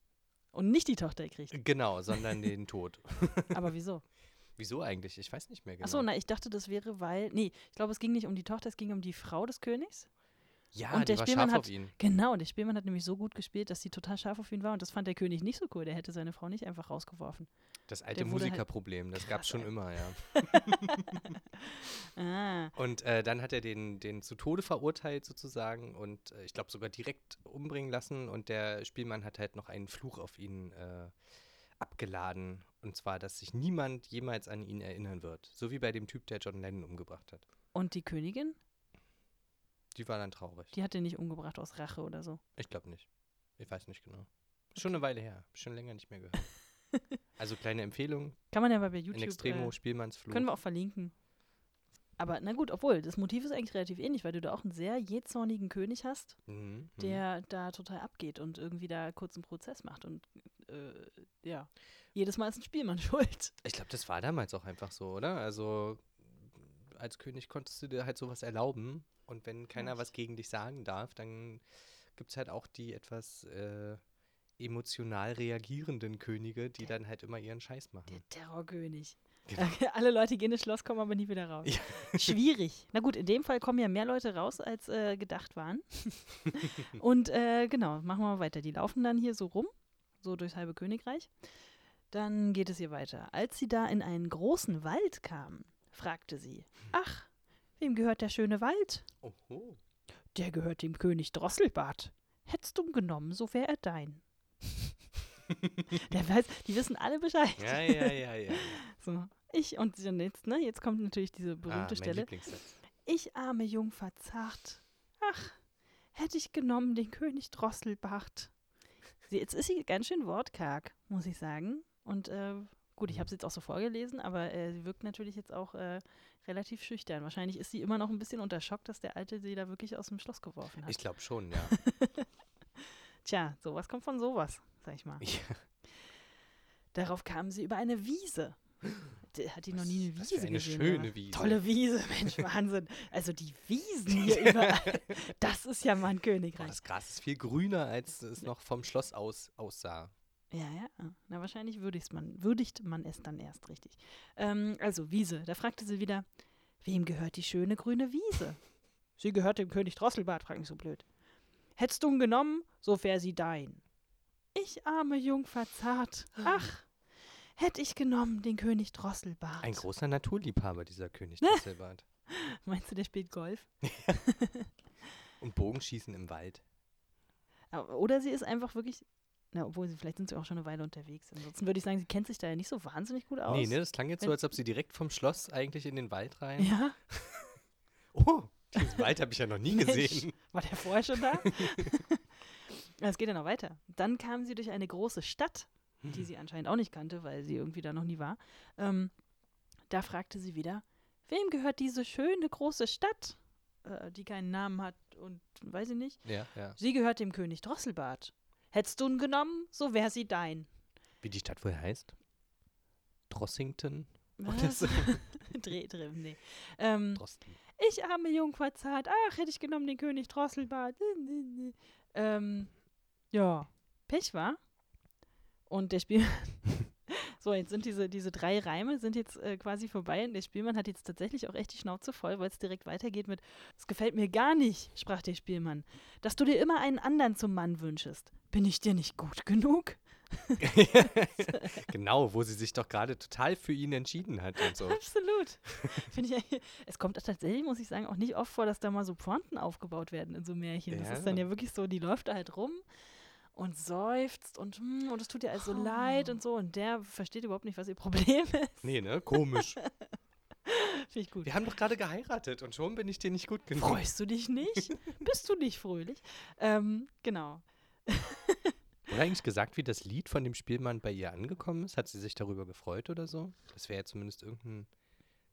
[SPEAKER 1] Und nicht die Tochter kriegt.
[SPEAKER 2] genau, sondern den Tod.
[SPEAKER 1] Aber wieso?
[SPEAKER 2] *laughs* Wieso eigentlich? Ich weiß nicht mehr genau.
[SPEAKER 1] Achso, na, ich dachte, das wäre, weil. Nee, ich glaube, es ging nicht um die Tochter, es ging um die Frau des Königs.
[SPEAKER 2] ja,
[SPEAKER 1] und
[SPEAKER 2] die
[SPEAKER 1] der
[SPEAKER 2] war
[SPEAKER 1] Spielmann
[SPEAKER 2] scharf
[SPEAKER 1] hat-
[SPEAKER 2] auf ihn.
[SPEAKER 1] Genau, der Spielmann hat nämlich so gut gespielt, dass sie total scharf auf ihn war. Und das fand der König nicht so cool. Der hätte seine Frau nicht einfach
[SPEAKER 2] *laughs*
[SPEAKER 1] rausgeworfen.
[SPEAKER 2] Das alte
[SPEAKER 1] wurde halt-
[SPEAKER 2] Musikerproblem, das gab
[SPEAKER 1] Krass,
[SPEAKER 2] es schon
[SPEAKER 1] ey.
[SPEAKER 2] immer, ja.
[SPEAKER 1] Ah,
[SPEAKER 2] Und äh, dann hat er den, den zu Tode verurteilt sozusagen und äh, ich glaube sogar direkt umbringen lassen und der Spielmann hat halt noch einen Fluch auf ihn äh, abgeladen und zwar, dass sich niemand jemals an ihn erinnern wird, so wie bei dem Typ, der John Lennon umgebracht hat.
[SPEAKER 1] und die Königin?
[SPEAKER 2] Die war dann traurig.
[SPEAKER 1] Die hat er nicht umgebracht aus Rache oder so.
[SPEAKER 2] Ich glaube nicht. Ich weiß nicht genau. Ist Schon eine Weile her, schon länger nicht
[SPEAKER 1] *laughs*
[SPEAKER 2] mehr gehört. also kleine Empfehlung,
[SPEAKER 1] Kann man ja mal bei
[SPEAKER 2] in
[SPEAKER 1] YouTube.
[SPEAKER 2] Extremo
[SPEAKER 1] äh,
[SPEAKER 2] Spielmannsfluch.
[SPEAKER 1] Können wir auch verlinken. Aber na gut, obwohl, das Motiv ist eigentlich relativ ähnlich, weil du da auch einen sehr jähzornigen König hast,
[SPEAKER 2] Mhm, mhm.
[SPEAKER 1] der da total abgeht und irgendwie da kurz einen Prozess macht. Und äh, ja, jedes Mal ist ein Spielmann *laughs* schuld.
[SPEAKER 2] Ich glaube, das war damals auch einfach so, oder? Also als König konntest du dir halt sowas erlauben. Und wenn keiner was gegen dich sagen darf, dann gibt es halt auch die etwas äh, emotional reagierenden Könige, die dann halt immer ihren Scheiß
[SPEAKER 1] Der
[SPEAKER 2] machen.
[SPEAKER 1] Terrorkönig.
[SPEAKER 2] Genau.
[SPEAKER 1] Alle Leute gehen ins Schloss, kommen aber nie wieder raus. *laughs* Schwierig. Na gut, in dem Fall kommen ja mehr Leute raus, als äh, gedacht waren. Und äh, genau, machen wir mal weiter. Die laufen dann hier so rum, so durchs halbe Königreich. Dann geht es hier weiter. Als sie da in einen großen Wald kamen, fragte sie, ach, wem gehört der schöne Wald? *laughs*
[SPEAKER 2] Oho.
[SPEAKER 1] Der gehört dem König Drosselbart. Hättest du ihn genommen, so wäre er dein. der weiß, die wissen alle Bescheid.
[SPEAKER 2] Ja, ja, ja, ja.
[SPEAKER 1] So, ich und sie- und jetzt, ne, jetzt kommt natürlich diese
[SPEAKER 2] ah,
[SPEAKER 1] *laughs* berühmte
[SPEAKER 2] mein
[SPEAKER 1] Stelle.
[SPEAKER 2] Lieblingssatz.
[SPEAKER 1] Ich arme Jungfer zart. Ach, hätte ich genommen den König Drosselbart. Sie, jetzt ist sie ganz schön wortkarg, muss ich sagen. Und äh, gut,
[SPEAKER 2] Mhm.
[SPEAKER 1] ich habe sie jetzt auch so vorgelesen, aber äh, sie wirkt natürlich jetzt auch äh, relativ schüchtern. Wahrscheinlich ist sie immer noch ein bisschen unter Schock, dass der Alte sie da wirklich aus dem Schloss geworfen hat.
[SPEAKER 2] Ich glaube schon, ja.
[SPEAKER 1] Tja, sowas kommt von sowas, sag ich mal.
[SPEAKER 2] Ja.
[SPEAKER 1] Darauf kamen sie über eine
[SPEAKER 2] *gasps*
[SPEAKER 1] Wiese. D- Hat die noch nie eine
[SPEAKER 2] was für
[SPEAKER 1] Wiese
[SPEAKER 2] eine
[SPEAKER 1] gesehen?
[SPEAKER 2] schöne
[SPEAKER 1] oder?
[SPEAKER 2] Wiese.
[SPEAKER 1] Tolle Wiese,
[SPEAKER 2] *laughs*
[SPEAKER 1] Mensch, Wahnsinn. Also die Wiesen hier überall. Das ist ja mal ein
[SPEAKER 2] Boah,
[SPEAKER 1] Königreich.
[SPEAKER 2] das Gras ist viel grüner, als es noch vom Schloss aus aussah.
[SPEAKER 1] Ja, ja. Na, wahrscheinlich würdigt man, würdigt man es dann erst richtig. Ähm, also Wiese. Da fragte sie wieder, wem gehört die schöne grüne Wiese? Sie gehört dem König Drosselbart, frag mich so blöd. Hättest du ihn genommen, so wär sie dein. Ich arme Jungfer zart.
[SPEAKER 2] Ah.
[SPEAKER 1] Ach, hätt ich genommen den König Drosselbart.
[SPEAKER 2] Ein großer Naturliebhaber, dieser König
[SPEAKER 1] Ne?
[SPEAKER 2] Drosselbart.
[SPEAKER 1] Meinst du, der spielt Golf?
[SPEAKER 2] Und Bogenschießen im Wald.
[SPEAKER 1] Aber- Oder sie ist einfach wirklich, na, obwohl sie, vielleicht sind sie auch schon eine Weile unterwegs. Ansonsten würde ich sagen, sie kennt sich da ja nicht so wahnsinnig gut aus.
[SPEAKER 2] Nee, ne, das klang jetzt so,
[SPEAKER 1] Wenn-
[SPEAKER 2] als ob sie direkt vom Schloss eigentlich in den Wald rein.
[SPEAKER 1] *laughs* Ja,
[SPEAKER 2] Oh, diesen Wald habe ich ja noch nie
[SPEAKER 1] Mensch,
[SPEAKER 2] gesehen.
[SPEAKER 1] war der vorher schon da? *laughs* Es geht ja noch weiter. Dann kam sie durch eine große Stadt, die sie anscheinend auch nicht kannte, weil sie irgendwie da noch nie war. Ähm, da fragte sie wieder, wem gehört diese schöne große Stadt, äh, die keinen Namen hat und weiß ich nicht.
[SPEAKER 2] Ja, ja.
[SPEAKER 1] Sie gehört dem König Drosselbart. Hättest du ihn genommen, so wär sie dein.
[SPEAKER 2] Wie die Stadt wohl heißt? Drossington?
[SPEAKER 1] Was?
[SPEAKER 2] Das-
[SPEAKER 1] *laughs* Dreh, dreh, nee. Ähm,
[SPEAKER 2] Drosten. *laughs*
[SPEAKER 1] ich arme Jungfer zart. Ach, hätte ich genommen den König Drosselbart. ähm, ja, Pech war. Und der Spiel. *laughs* so, jetzt sind diese, diese drei Reime sind jetzt äh, quasi vorbei und der Spielmann hat jetzt tatsächlich auch echt die Schnauze voll, weil es direkt weitergeht mit: Es gefällt mir gar nicht, sprach der Spielmann, dass du dir immer einen anderen zum Mann wünschest. Bin ich dir nicht gut genug?
[SPEAKER 2] genau, wo sie sich doch gerade total für ihn entschieden hat und so.
[SPEAKER 1] Absolut. *laughs* Finde ich eigentlich- es kommt tatsächlich, muss ich sagen, auch nicht oft vor, dass da mal so Fronten aufgebaut werden in so Märchen. Das
[SPEAKER 2] Ja.
[SPEAKER 1] ist dann ja wirklich so, die läuft da halt rum und seufzt und, hm, und es tut ihr also
[SPEAKER 2] Oh.
[SPEAKER 1] leid und so. Und der versteht überhaupt nicht, was ihr Problem *laughs* ist.
[SPEAKER 2] Nee, ne? Komisch.
[SPEAKER 1] Finde ich gut.
[SPEAKER 2] Wir haben doch gerade geheiratet und schon bin ich dir nicht gut genug.
[SPEAKER 1] Freust du dich
[SPEAKER 2] *laughs*
[SPEAKER 1] nicht? Bist du nicht fröhlich? Ähm, genau.
[SPEAKER 2] Wurde eigentlich gesagt, wie das Lied von dem Spielmann bei ihr angekommen ist? Hat sie sich darüber gefreut oder so? Das wäre ja zumindest irgendein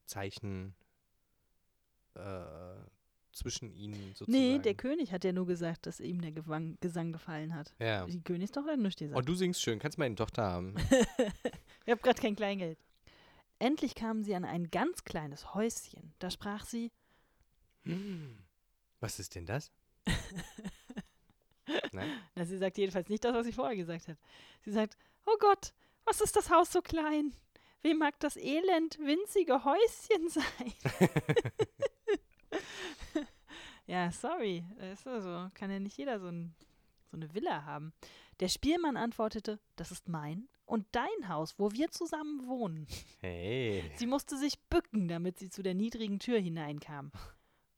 [SPEAKER 2] Zeichen äh, zwischen ihnen sozusagen.
[SPEAKER 1] Nee, der König hat ja nur gesagt, dass ihm der Gewang, Gesang gefallen hat.
[SPEAKER 2] Ja.
[SPEAKER 1] Die Königstochter hat nichts
[SPEAKER 2] Und
[SPEAKER 1] gesagt.
[SPEAKER 2] du singst schön, kannst meine Tochter
[SPEAKER 1] *laughs*
[SPEAKER 2] haben.
[SPEAKER 1] Ich habe gerade kein Kleingeld. Endlich kamen sie an ein ganz kleines Häuschen. Da sprach sie,
[SPEAKER 2] Hm. Was ist denn das? Nein?
[SPEAKER 1] na, sie sagt jedenfalls nicht das, was sie vorher gesagt hat. Sie sagt, oh Gott, was ist das Haus so klein? Wie mag das elend winzige Häuschen *laughs* sein? ja, sorry, das ist also, kann ja nicht jeder so, ein, so eine Villa haben. Der Spielmann antwortete, das ist mein und dein Haus, wo wir zusammen wohnen.
[SPEAKER 2] Hey.
[SPEAKER 1] Sie musste sich bücken, damit sie zu der niedrigen Tür hineinkam.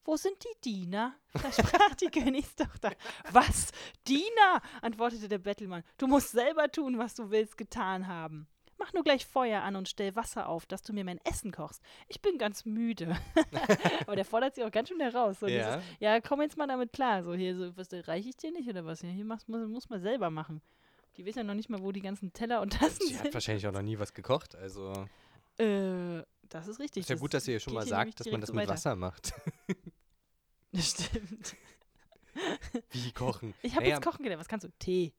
[SPEAKER 1] Wo sind die Diener? *laughs* versprach die Königstochter. Was? Diener? antwortete der Bettelmann. Du musst selber tun, was du willst getan haben. Mach nur gleich Feuer an und stell Wasser auf, dass du mir mein Essen kochst. Ich bin ganz müde. *laughs* Aber der fordert sie auch ganz schön heraus. So dieses,
[SPEAKER 2] Ja.
[SPEAKER 1] ja, komm jetzt mal damit klar. So hier, so, was reiche ich dir nicht oder was? Ja, hier machst, muss, muss man selber machen. Die wissen ja noch nicht mal, wo die ganzen Teller und Tassen
[SPEAKER 2] Sie hat
[SPEAKER 1] sind.
[SPEAKER 2] wahrscheinlich auch noch nie was gekocht. Also
[SPEAKER 1] Äh, das ist richtig.
[SPEAKER 2] ist ja gut, dass ihr schon
[SPEAKER 1] geht
[SPEAKER 2] mal
[SPEAKER 1] hier nämlich
[SPEAKER 2] sagt, dass man
[SPEAKER 1] direkt
[SPEAKER 2] das
[SPEAKER 1] so
[SPEAKER 2] mit
[SPEAKER 1] weiter.
[SPEAKER 2] Wasser macht. *laughs*
[SPEAKER 1] Das *laughs* stimmt.
[SPEAKER 2] Wie kochen?
[SPEAKER 1] Ich habe
[SPEAKER 2] Naja,
[SPEAKER 1] jetzt kochen gelernt. Was kannst du?
[SPEAKER 2] *laughs*
[SPEAKER 1] Tee.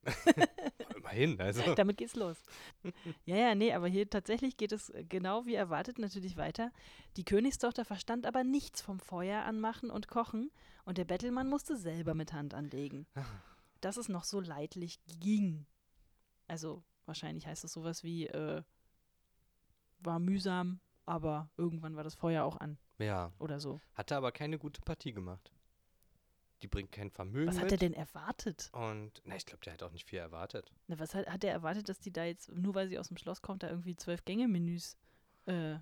[SPEAKER 1] *laughs*
[SPEAKER 2] Immerhin, also.
[SPEAKER 1] Damit geht's los. Ja, ja, nee, aber hier tatsächlich geht es äh, genau wie erwartet natürlich weiter. Die Königstochter verstand aber nichts vom Feuer anmachen und kochen und der Bettelmann musste selber mit Hand
[SPEAKER 2] *laughs*
[SPEAKER 1] anlegen. Dass es noch so leidlich ging. Also wahrscheinlich heißt es sowas wie, äh, war mühsam, aber irgendwann war das Feuer auch an
[SPEAKER 2] Ja.
[SPEAKER 1] oder so.
[SPEAKER 2] Hatte aber keine gute Partie gemacht. Die bringt kein Vermögen
[SPEAKER 1] Was hat er
[SPEAKER 2] mit.
[SPEAKER 1] denn erwartet?
[SPEAKER 2] Und, na, ich glaube, der hat auch nicht viel erwartet.
[SPEAKER 1] Na, was hat, hat er erwartet, dass die da jetzt, nur weil sie aus dem Schloss kommt, da irgendwie zwölf Gänge-Menüs äh,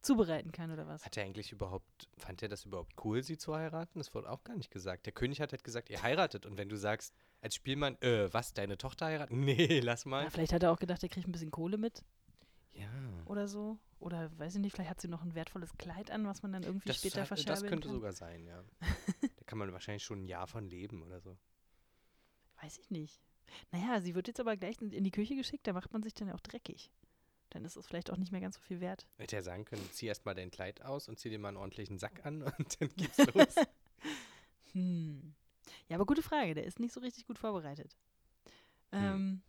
[SPEAKER 1] zubereiten kann oder was?
[SPEAKER 2] Hat er eigentlich überhaupt, fand er das überhaupt cool, sie zu heiraten? Das wurde auch gar nicht gesagt. Der König hat halt gesagt, ihr heiratet. Und wenn du sagst, als Spielmann, äh, was, deine Tochter heiraten? *laughs* Nee, lass
[SPEAKER 1] Na,
[SPEAKER 2] mal.
[SPEAKER 1] vielleicht hat er auch gedacht, er kriegt ein bisschen Kohle mit
[SPEAKER 2] Ja.
[SPEAKER 1] oder so. Oder weiß ich nicht, vielleicht hat sie noch ein wertvolles Kleid an, was man dann irgendwie
[SPEAKER 2] Das,
[SPEAKER 1] später
[SPEAKER 2] hat,
[SPEAKER 1] verscherbeln
[SPEAKER 2] das könnte
[SPEAKER 1] kann.
[SPEAKER 2] sogar sein,
[SPEAKER 1] *laughs*
[SPEAKER 2] ja. da kann man wahrscheinlich schon ein Jahr von leben oder so.
[SPEAKER 1] Weiß ich nicht. Naja, sie wird jetzt aber gleich in in die Küche geschickt, da macht man sich dann auch dreckig. Dann ist es vielleicht auch nicht mehr ganz so viel wert.
[SPEAKER 2] Hätte er sagen können, zieh erst mal dein Kleid aus und zieh dir mal einen ordentlichen Sack an *laughs* und dann
[SPEAKER 1] *laughs*
[SPEAKER 2] geht's los.
[SPEAKER 1] Hm. Ja, aber gute Frage. Der ist nicht so richtig gut vorbereitet. Ähm,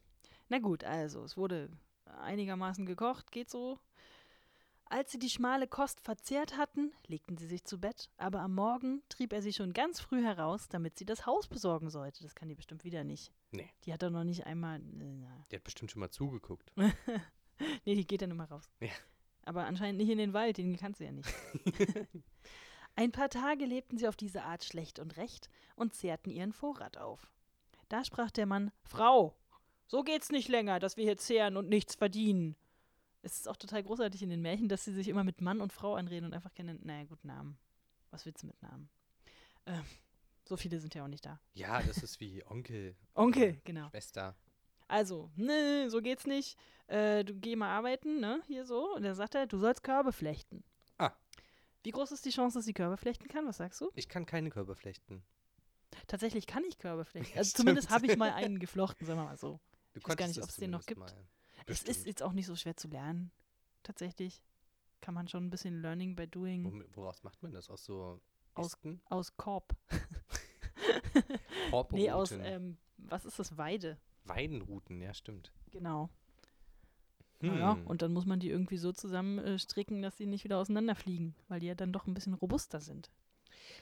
[SPEAKER 1] na gut, also, es wurde einigermaßen gekocht, geht so. Als sie die schmale Kost verzehrt hatten, legten sie sich zu Bett, aber am Morgen trieb er sie schon ganz früh heraus, damit sie das Haus besorgen sollte. Das kann die bestimmt wieder nicht.
[SPEAKER 2] Nee.
[SPEAKER 1] Die hat doch noch nicht einmal. Na,
[SPEAKER 2] Der hat bestimmt schon mal zugeguckt.
[SPEAKER 1] Nee, die geht dann immer raus.
[SPEAKER 2] Ja.
[SPEAKER 1] Aber anscheinend nicht in den Wald, den kannst du ja nicht. Ein paar Tage lebten sie auf diese Art schlecht und recht und zehrten ihren Vorrat auf. Da sprach der Mann: Frau, so geht's nicht länger, dass wir hier zehren und nichts verdienen. Es ist auch total großartig in den Märchen, dass sie sich immer mit Mann und Frau anreden und einfach keine, naja, gut, Namen. Was willst du mit Namen? Ähm, so viele sind ja auch nicht da.
[SPEAKER 2] Ja, das ist wie Onkel,
[SPEAKER 1] Onkel, genau.
[SPEAKER 2] Schwester.
[SPEAKER 1] Also, ne, so geht's nicht. Äh, du geh mal arbeiten, ne, hier so. Und dann sagt er, du sollst Körbe flechten.
[SPEAKER 2] Ah.
[SPEAKER 1] Wie groß ist die Chance, dass sie Körbe flechten kann? Was sagst du?
[SPEAKER 2] Ich kann keine Körper flechten.
[SPEAKER 1] Tatsächlich kann ich Körbe flechten.
[SPEAKER 2] *laughs* Ja,
[SPEAKER 1] Also zumindest
[SPEAKER 2] stimmt.
[SPEAKER 1] habe ich mal einen geflochten, sagen wir mal so.
[SPEAKER 2] Du
[SPEAKER 1] Ich weiß gar
[SPEAKER 2] konntest
[SPEAKER 1] nicht,
[SPEAKER 2] das
[SPEAKER 1] ob's den noch
[SPEAKER 2] zumindest Mal.
[SPEAKER 1] Es
[SPEAKER 2] Bestimmt.
[SPEAKER 1] ist jetzt auch nicht so schwer zu lernen. Tatsächlich kann man schon ein bisschen Learning by Doing
[SPEAKER 2] Womit- Woraus macht man das? Aus so
[SPEAKER 1] Aus-
[SPEAKER 2] Ästen?
[SPEAKER 1] aus Korb.
[SPEAKER 2] Korporuten?
[SPEAKER 1] Nee, aus, ähm, was ist das? Weide.
[SPEAKER 2] Weidenruten, ja, stimmt.
[SPEAKER 1] Genau.
[SPEAKER 2] Hm.
[SPEAKER 1] Naja, und dann muss man die irgendwie so zusammenstricken, äh, stricken, dass sie nicht wieder auseinanderfliegen, weil die ja dann doch ein bisschen robuster sind.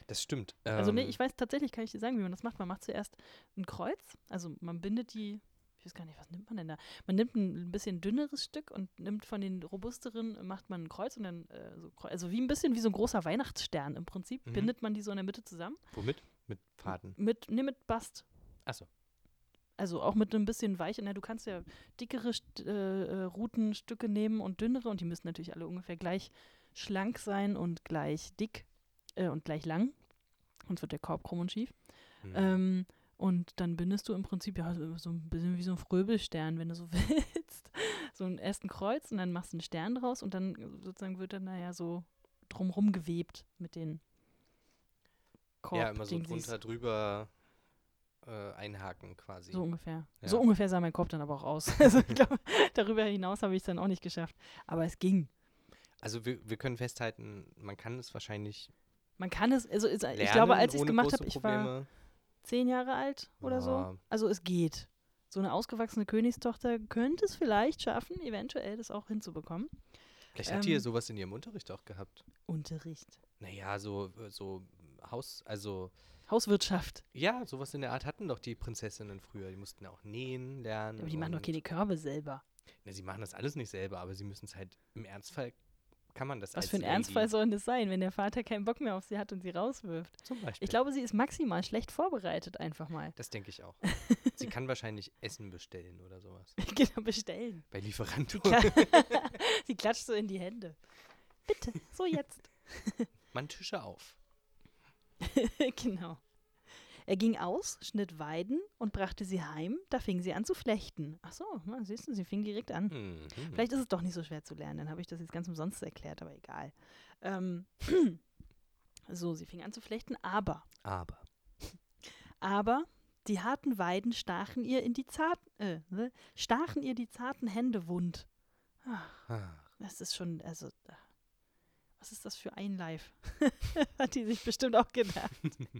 [SPEAKER 2] das stimmt.
[SPEAKER 1] Also
[SPEAKER 2] ähm,
[SPEAKER 1] nee, ich weiß tatsächlich, kann ich dir sagen, wie man das macht. Man macht zuerst ein Kreuz, also man bindet die, ich weiß gar nicht, was nimmt man denn da? Man nimmt ein bisschen dünneres Stück und nimmt von den robusteren, äh, macht man ein Kreuz und dann, äh, so, Kreu- also wie ein bisschen wie so ein großer Weihnachtsstern im Prinzip,
[SPEAKER 2] Mhm.
[SPEAKER 1] bindet man die so in der Mitte zusammen
[SPEAKER 2] Womit? Mit Faden.
[SPEAKER 1] mit, nee, mit Bast.
[SPEAKER 2] Achso.
[SPEAKER 1] Also auch mit einem bisschen weichen, na, du kannst ja dickere St äh, äh, Rutenstücke nehmen und dünnere und die müssen natürlich alle ungefähr gleich schlank sein und gleich dick äh, und gleich lang. Sonst wird der Korb krumm und schief.
[SPEAKER 2] Hm.
[SPEAKER 1] Ähm, Und dann bindest du im Prinzip ja so so ein bisschen wie so ein Fröbelstern, wenn du so *laughs* willst. So ein erst ein Kreuz und dann machst du einen Stern draus und dann sozusagen wird dann naja so drumrum gewebt mit den Korb,
[SPEAKER 2] ja, immer so
[SPEAKER 1] Dingsies.
[SPEAKER 2] drunter drüber äh, einhaken quasi.
[SPEAKER 1] So ungefähr.
[SPEAKER 2] Ja.
[SPEAKER 1] So ungefähr sah mein Kopf dann aber auch aus. *laughs* Also ich glaube, darüber hinaus habe ich es dann auch nicht geschafft. Aber es ging.
[SPEAKER 2] Also wir, wir können festhalten, man kann es wahrscheinlich
[SPEAKER 1] Man kann es, also es,
[SPEAKER 2] lernen
[SPEAKER 1] ich glaube, als ich es
[SPEAKER 2] ohne
[SPEAKER 1] gemacht
[SPEAKER 2] große
[SPEAKER 1] habe, ich war
[SPEAKER 2] Probleme.
[SPEAKER 1] zehn Jahre alt oder so.
[SPEAKER 2] Ja.
[SPEAKER 1] Also es geht. So eine ausgewachsene Königstochter könnte es vielleicht schaffen, eventuell das auch hinzubekommen.
[SPEAKER 2] Vielleicht hat die ja
[SPEAKER 1] ähm,
[SPEAKER 2] sowas in ihrem Unterricht auch gehabt.
[SPEAKER 1] Unterricht.
[SPEAKER 2] Naja, so, so Haus, also
[SPEAKER 1] Hauswirtschaft.
[SPEAKER 2] ja, sowas in der Art hatten doch die Prinzessinnen früher. Die mussten auch nähen lernen.
[SPEAKER 1] Aber die machen doch
[SPEAKER 2] und-
[SPEAKER 1] keine Körbe selber.
[SPEAKER 2] Na, Ne, sie machen das alles nicht selber, aber sie müssen es halt im Ernstfall kann man das
[SPEAKER 1] Was
[SPEAKER 2] als
[SPEAKER 1] für ein
[SPEAKER 2] Lady
[SPEAKER 1] Ernstfall soll denn das sein, wenn der Vater keinen Bock mehr auf sie hat und sie rauswirft?
[SPEAKER 2] zum Beispiel.
[SPEAKER 1] Ich glaube, sie ist maximal schlecht vorbereitet einfach mal. *laughs*
[SPEAKER 2] das denke ich auch. Sie kann wahrscheinlich Essen bestellen oder sowas.
[SPEAKER 1] genau, bestellen. *laughs*
[SPEAKER 2] Bei Lieferanten.
[SPEAKER 1] Sie klatscht so in die Hände. Bitte, so jetzt.
[SPEAKER 2] Man Tische auf.
[SPEAKER 1] *laughs* genau. Er ging aus, schnitt Weiden und brachte sie heim. Da fing sie an zu flechten. Ach so, na, siehst du, sie fing direkt an.
[SPEAKER 2] Mhm.
[SPEAKER 1] Vielleicht ist es doch nicht so schwer zu lernen. Dann habe ich das jetzt ganz umsonst erklärt, aber egal. Ähm, *clears throat* so, sie fing an zu flechten, aber
[SPEAKER 2] Aber.
[SPEAKER 1] Aber die harten Weiden stachen ihr in die zarten, äh, ne? stachen ihr die zarten Hände wund. Ach,
[SPEAKER 2] Ah.
[SPEAKER 1] das ist schon, also, äh, was ist das für ein Live? *laughs* Hat die sich bestimmt auch gedacht. *laughs*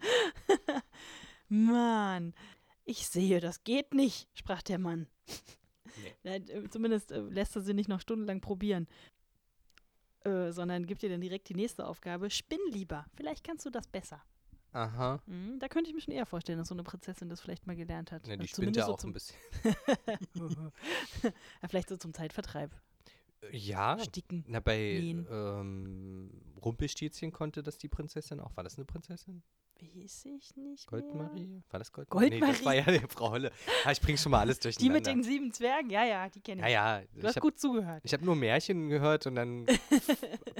[SPEAKER 1] Mann, ich sehe, das geht nicht, sprach der Mann.
[SPEAKER 2] Nee.
[SPEAKER 1] *laughs* Na, äh, Zumindest äh, lässt er sie nicht noch stundenlang probieren. Äh, sondern gibt ihr dann direkt die nächste Aufgabe. Spinn lieber, vielleicht kannst du das besser.
[SPEAKER 2] Aha.
[SPEAKER 1] Mhm, Da könnte ich mir schon eher vorstellen, dass so eine Prinzessin das vielleicht mal gelernt hat.
[SPEAKER 2] Ne, die
[SPEAKER 1] Also
[SPEAKER 2] spinnt ja
[SPEAKER 1] so
[SPEAKER 2] auch ein
[SPEAKER 1] zum,
[SPEAKER 2] bisschen.
[SPEAKER 1] *laughs* ja, vielleicht so zum Zeitvertreib.
[SPEAKER 2] Ja.
[SPEAKER 1] Sticken.
[SPEAKER 2] Na, bei
[SPEAKER 1] Nähen.
[SPEAKER 2] ähm, Rumpelstilzchen konnte das die Prinzessin auch. War das eine Prinzessin?
[SPEAKER 1] Weiß ich nicht. Mehr.
[SPEAKER 2] Goldmarie? War das Goldmarie? Nee, das
[SPEAKER 1] Goldmarie.
[SPEAKER 2] war ja die Frau Holle. Ah, ich bringe schon mal alles
[SPEAKER 1] Die
[SPEAKER 2] durcheinander.
[SPEAKER 1] mit den sieben Zwergen, ja, ja, die kenne ich.
[SPEAKER 2] Ja, ja.
[SPEAKER 1] Du hast
[SPEAKER 2] Ich habe
[SPEAKER 1] gut zugehört.
[SPEAKER 2] hab nur Märchen gehört
[SPEAKER 1] *laughs*
[SPEAKER 2] und dann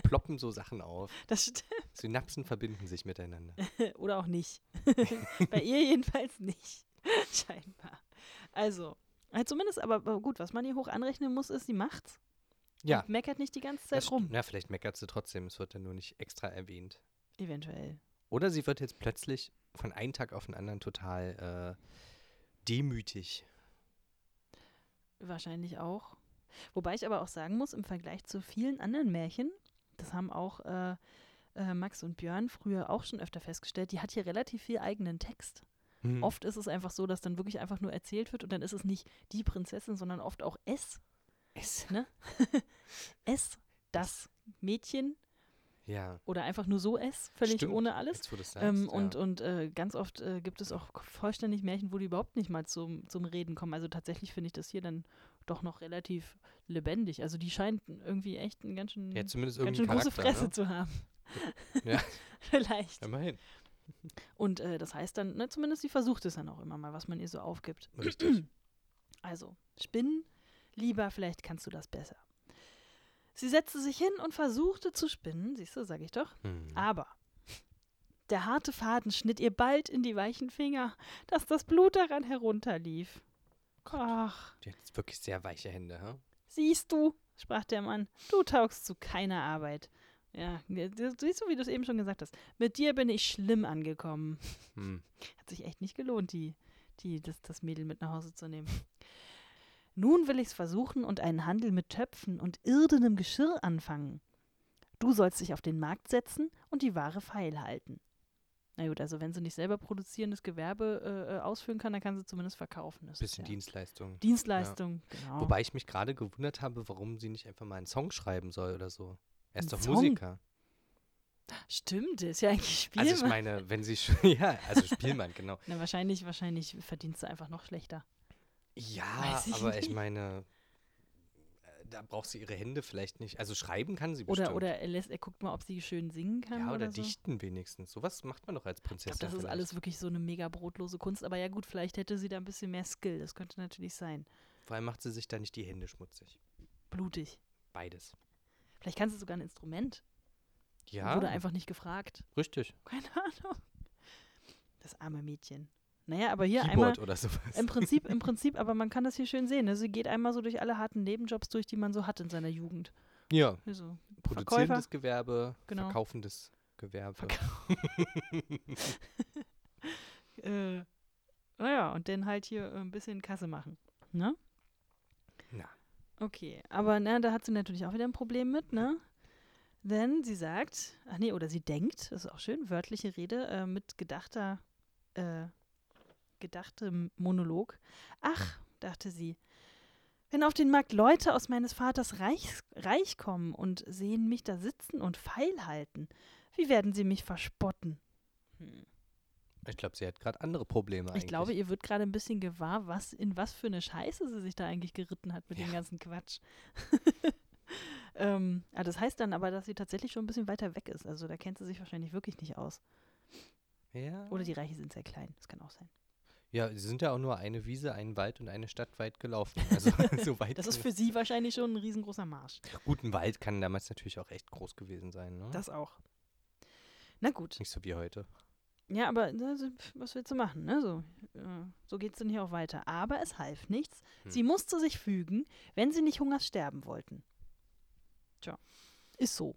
[SPEAKER 2] ploppen so Sachen auf.
[SPEAKER 1] Das stimmt.
[SPEAKER 2] Synapsen verbinden sich miteinander.
[SPEAKER 1] *laughs* Oder auch nicht. *laughs* Bei ihr jedenfalls nicht. *laughs* Scheinbar. Also, äh, zumindest, aber aber gut, was man ihr hoch anrechnen muss, ist, sie macht's.
[SPEAKER 2] Ja.
[SPEAKER 1] Und meckert nicht die ganze
[SPEAKER 2] das
[SPEAKER 1] Zeit rum.
[SPEAKER 2] st- Na, vielleicht meckert sie trotzdem. Es wird dann nur nicht extra erwähnt.
[SPEAKER 1] Eventuell.
[SPEAKER 2] Oder sie wird jetzt plötzlich von einem Tag auf den anderen total äh, demütig.
[SPEAKER 1] Wahrscheinlich auch. Wobei ich aber auch sagen muss, im Vergleich zu vielen anderen Märchen, das haben auch äh, äh, Max und Björn früher auch schon öfter festgestellt, die hat hier relativ viel eigenen Text.
[SPEAKER 2] Hm.
[SPEAKER 1] Oft ist es einfach so, dass dann wirklich einfach nur erzählt wird und dann ist es nicht die Prinzessin, sondern oft auch es.
[SPEAKER 2] Es.
[SPEAKER 1] Ne? *laughs* es, das Mädchen
[SPEAKER 2] Ja.
[SPEAKER 1] oder einfach nur so es, völlig
[SPEAKER 2] stimmt,
[SPEAKER 1] ohne alles.
[SPEAKER 2] Jetzt, wo du's sagst,
[SPEAKER 1] Ähm,
[SPEAKER 2] ja.
[SPEAKER 1] und und äh, ganz oft äh, gibt es auch vollständig Märchen, wo die überhaupt nicht mal zum, zum Reden kommen. Also tatsächlich finde ich das hier dann doch noch relativ lebendig. Also die scheint irgendwie echt einen ganz schön,
[SPEAKER 2] ja, zumindest
[SPEAKER 1] ähm, ganz
[SPEAKER 2] irgendwie
[SPEAKER 1] schön große
[SPEAKER 2] Charakter,
[SPEAKER 1] Fresse
[SPEAKER 2] Ne?
[SPEAKER 1] zu haben.
[SPEAKER 2] Ja.
[SPEAKER 1] *laughs*
[SPEAKER 2] Ähm.
[SPEAKER 1] Vielleicht.
[SPEAKER 2] Immerhin.
[SPEAKER 1] Und äh, das heißt dann, ne, zumindest sie versucht es dann auch immer mal, was man ihr so aufgibt. *clears throat*
[SPEAKER 2] Richtig.
[SPEAKER 1] Also, spinnen, lieber, vielleicht kannst du das besser. Sie setzte sich hin und versuchte zu spinnen, siehst du, sage ich doch.
[SPEAKER 2] Hm.
[SPEAKER 1] Aber der harte Faden schnitt ihr bald in die weichen Finger, dass das Blut daran herunterlief. Ach,
[SPEAKER 2] Die hat jetzt wirklich sehr weiche Hände, ha?
[SPEAKER 1] siehst du, sprach der Mann, du taugst zu keiner Arbeit. Ja, ne, du- siehst du, wie du es eben schon gesagt hast. Mit dir bin ich schlimm angekommen.
[SPEAKER 2] Hm.
[SPEAKER 1] Hat sich echt nicht gelohnt, die, die, das, das Mädel mit nach Hause zu nehmen. Nun will ich's versuchen und einen Handel mit Töpfen und irdenem Geschirr anfangen. Du sollst dich auf den Markt setzen und die Ware feilhalten. Na gut, also wenn sie nicht selber produzierendes Gewerbe äh, äh, ausführen kann, dann kann sie zumindest verkaufen. Das ist
[SPEAKER 2] Bisschen
[SPEAKER 1] ja
[SPEAKER 2] Dienstleistung.
[SPEAKER 1] Dienstleistung, genau.
[SPEAKER 2] Wobei ich mich gerade gewundert habe, warum sie nicht einfach mal einen Song schreiben soll oder so. Er ist
[SPEAKER 1] Ein
[SPEAKER 2] doch
[SPEAKER 1] Song?
[SPEAKER 2] Musiker.
[SPEAKER 1] Stimmt, ist ja eigentlich Spielmann.
[SPEAKER 2] Also ich meine, wenn sie schon, *laughs* ja, also Spielmann, genau.
[SPEAKER 1] Na, wahrscheinlich, wahrscheinlich verdienst du einfach noch schlechter.
[SPEAKER 2] Ja,
[SPEAKER 1] Weiß ich
[SPEAKER 2] aber ich
[SPEAKER 1] nicht.
[SPEAKER 2] meine, äh, da braucht sie ihre Hände vielleicht nicht. Also schreiben kann sie bestimmt.
[SPEAKER 1] Oder, oder er, lässt, er guckt mal, ob sie schön singen kann.
[SPEAKER 2] ja, oder,
[SPEAKER 1] so.
[SPEAKER 2] dichten wenigstens. Sowas macht man doch als
[SPEAKER 1] Ich
[SPEAKER 2] Prinzessin.
[SPEAKER 1] glaube, das ist
[SPEAKER 2] vielleicht.
[SPEAKER 1] alles wirklich so eine mega brotlose Kunst. Aber ja, gut, vielleicht hätte sie da ein bisschen mehr Skill. Das könnte natürlich sein.
[SPEAKER 2] Vor allem macht sie sich da nicht die Hände schmutzig.
[SPEAKER 1] Blutig.
[SPEAKER 2] Beides.
[SPEAKER 1] Vielleicht kannst du sogar ein Instrument.
[SPEAKER 2] Ja,
[SPEAKER 1] Wurde einfach nicht gefragt. *laughs*
[SPEAKER 2] richtig.
[SPEAKER 1] Keine Ahnung. Das arme Mädchen. Naja, aber hier einmal,
[SPEAKER 2] Keyboard oder sowas.
[SPEAKER 1] im Prinzip, im Prinzip, aber man kann das hier schön sehen. Ne? Sie geht einmal so durch alle harten Nebenjobs durch, die man so hat in seiner Jugend. Also,
[SPEAKER 2] Ja,
[SPEAKER 1] Hier so.
[SPEAKER 2] produzierendes Gewerbe,
[SPEAKER 1] Genau.
[SPEAKER 2] verkaufendes Gewerbe.
[SPEAKER 1] Äh, naja, und dann halt hier äh, ein bisschen Kasse machen. Ne?
[SPEAKER 2] Na.
[SPEAKER 1] Okay, aber na, da hat sie natürlich auch wieder ein Problem mit, ne? Denn sie sagt, ach nee, oder sie denkt, das ist auch schön, wörtliche Rede äh, mit gedachter, äh, gedachtem Monolog. Ach, dachte sie, wenn auf den Markt Leute aus meines Vaters Reichs, Reich kommen und sehen mich da sitzen und feilhalten, wie werden sie mich verspotten? Hm.
[SPEAKER 2] Ich glaube, sie hat gerade andere Probleme eigentlich.
[SPEAKER 1] Ich glaube, ihr wird gerade ein bisschen gewahr, was in was für eine Scheiße sie sich da eigentlich geritten hat mit dem
[SPEAKER 2] Ja.
[SPEAKER 1] ganzen Quatsch. *laughs* ähm, ah, das heißt dann aber, dass sie tatsächlich schon ein bisschen weiter weg ist. Also da kennt sie sich wahrscheinlich wirklich nicht aus.
[SPEAKER 2] ja.
[SPEAKER 1] Oder die Reiche sind sehr klein. Das kann auch sein.
[SPEAKER 2] ja, sie sind ja auch nur eine Wiese, einen Wald und eine Stadt weit gelaufen.
[SPEAKER 1] *laughs*
[SPEAKER 2] *laughs* Also so weit.
[SPEAKER 1] Das ist
[SPEAKER 2] kann-
[SPEAKER 1] für sie wahrscheinlich schon ein riesengroßer Marsch.
[SPEAKER 2] Gut, ein Wald kann damals natürlich auch echt groß gewesen sein. Ne?
[SPEAKER 1] Das auch. Na gut.
[SPEAKER 2] Nicht so wie heute.
[SPEAKER 1] Ja, aber ne, so, pf, was willst du machen? Ne? So, äh, so geht es denn hier auch weiter. Aber es half nichts.
[SPEAKER 2] Hm.
[SPEAKER 1] Sie musste sich fügen, wenn sie nicht hungers sterben wollten. Tja, ist so.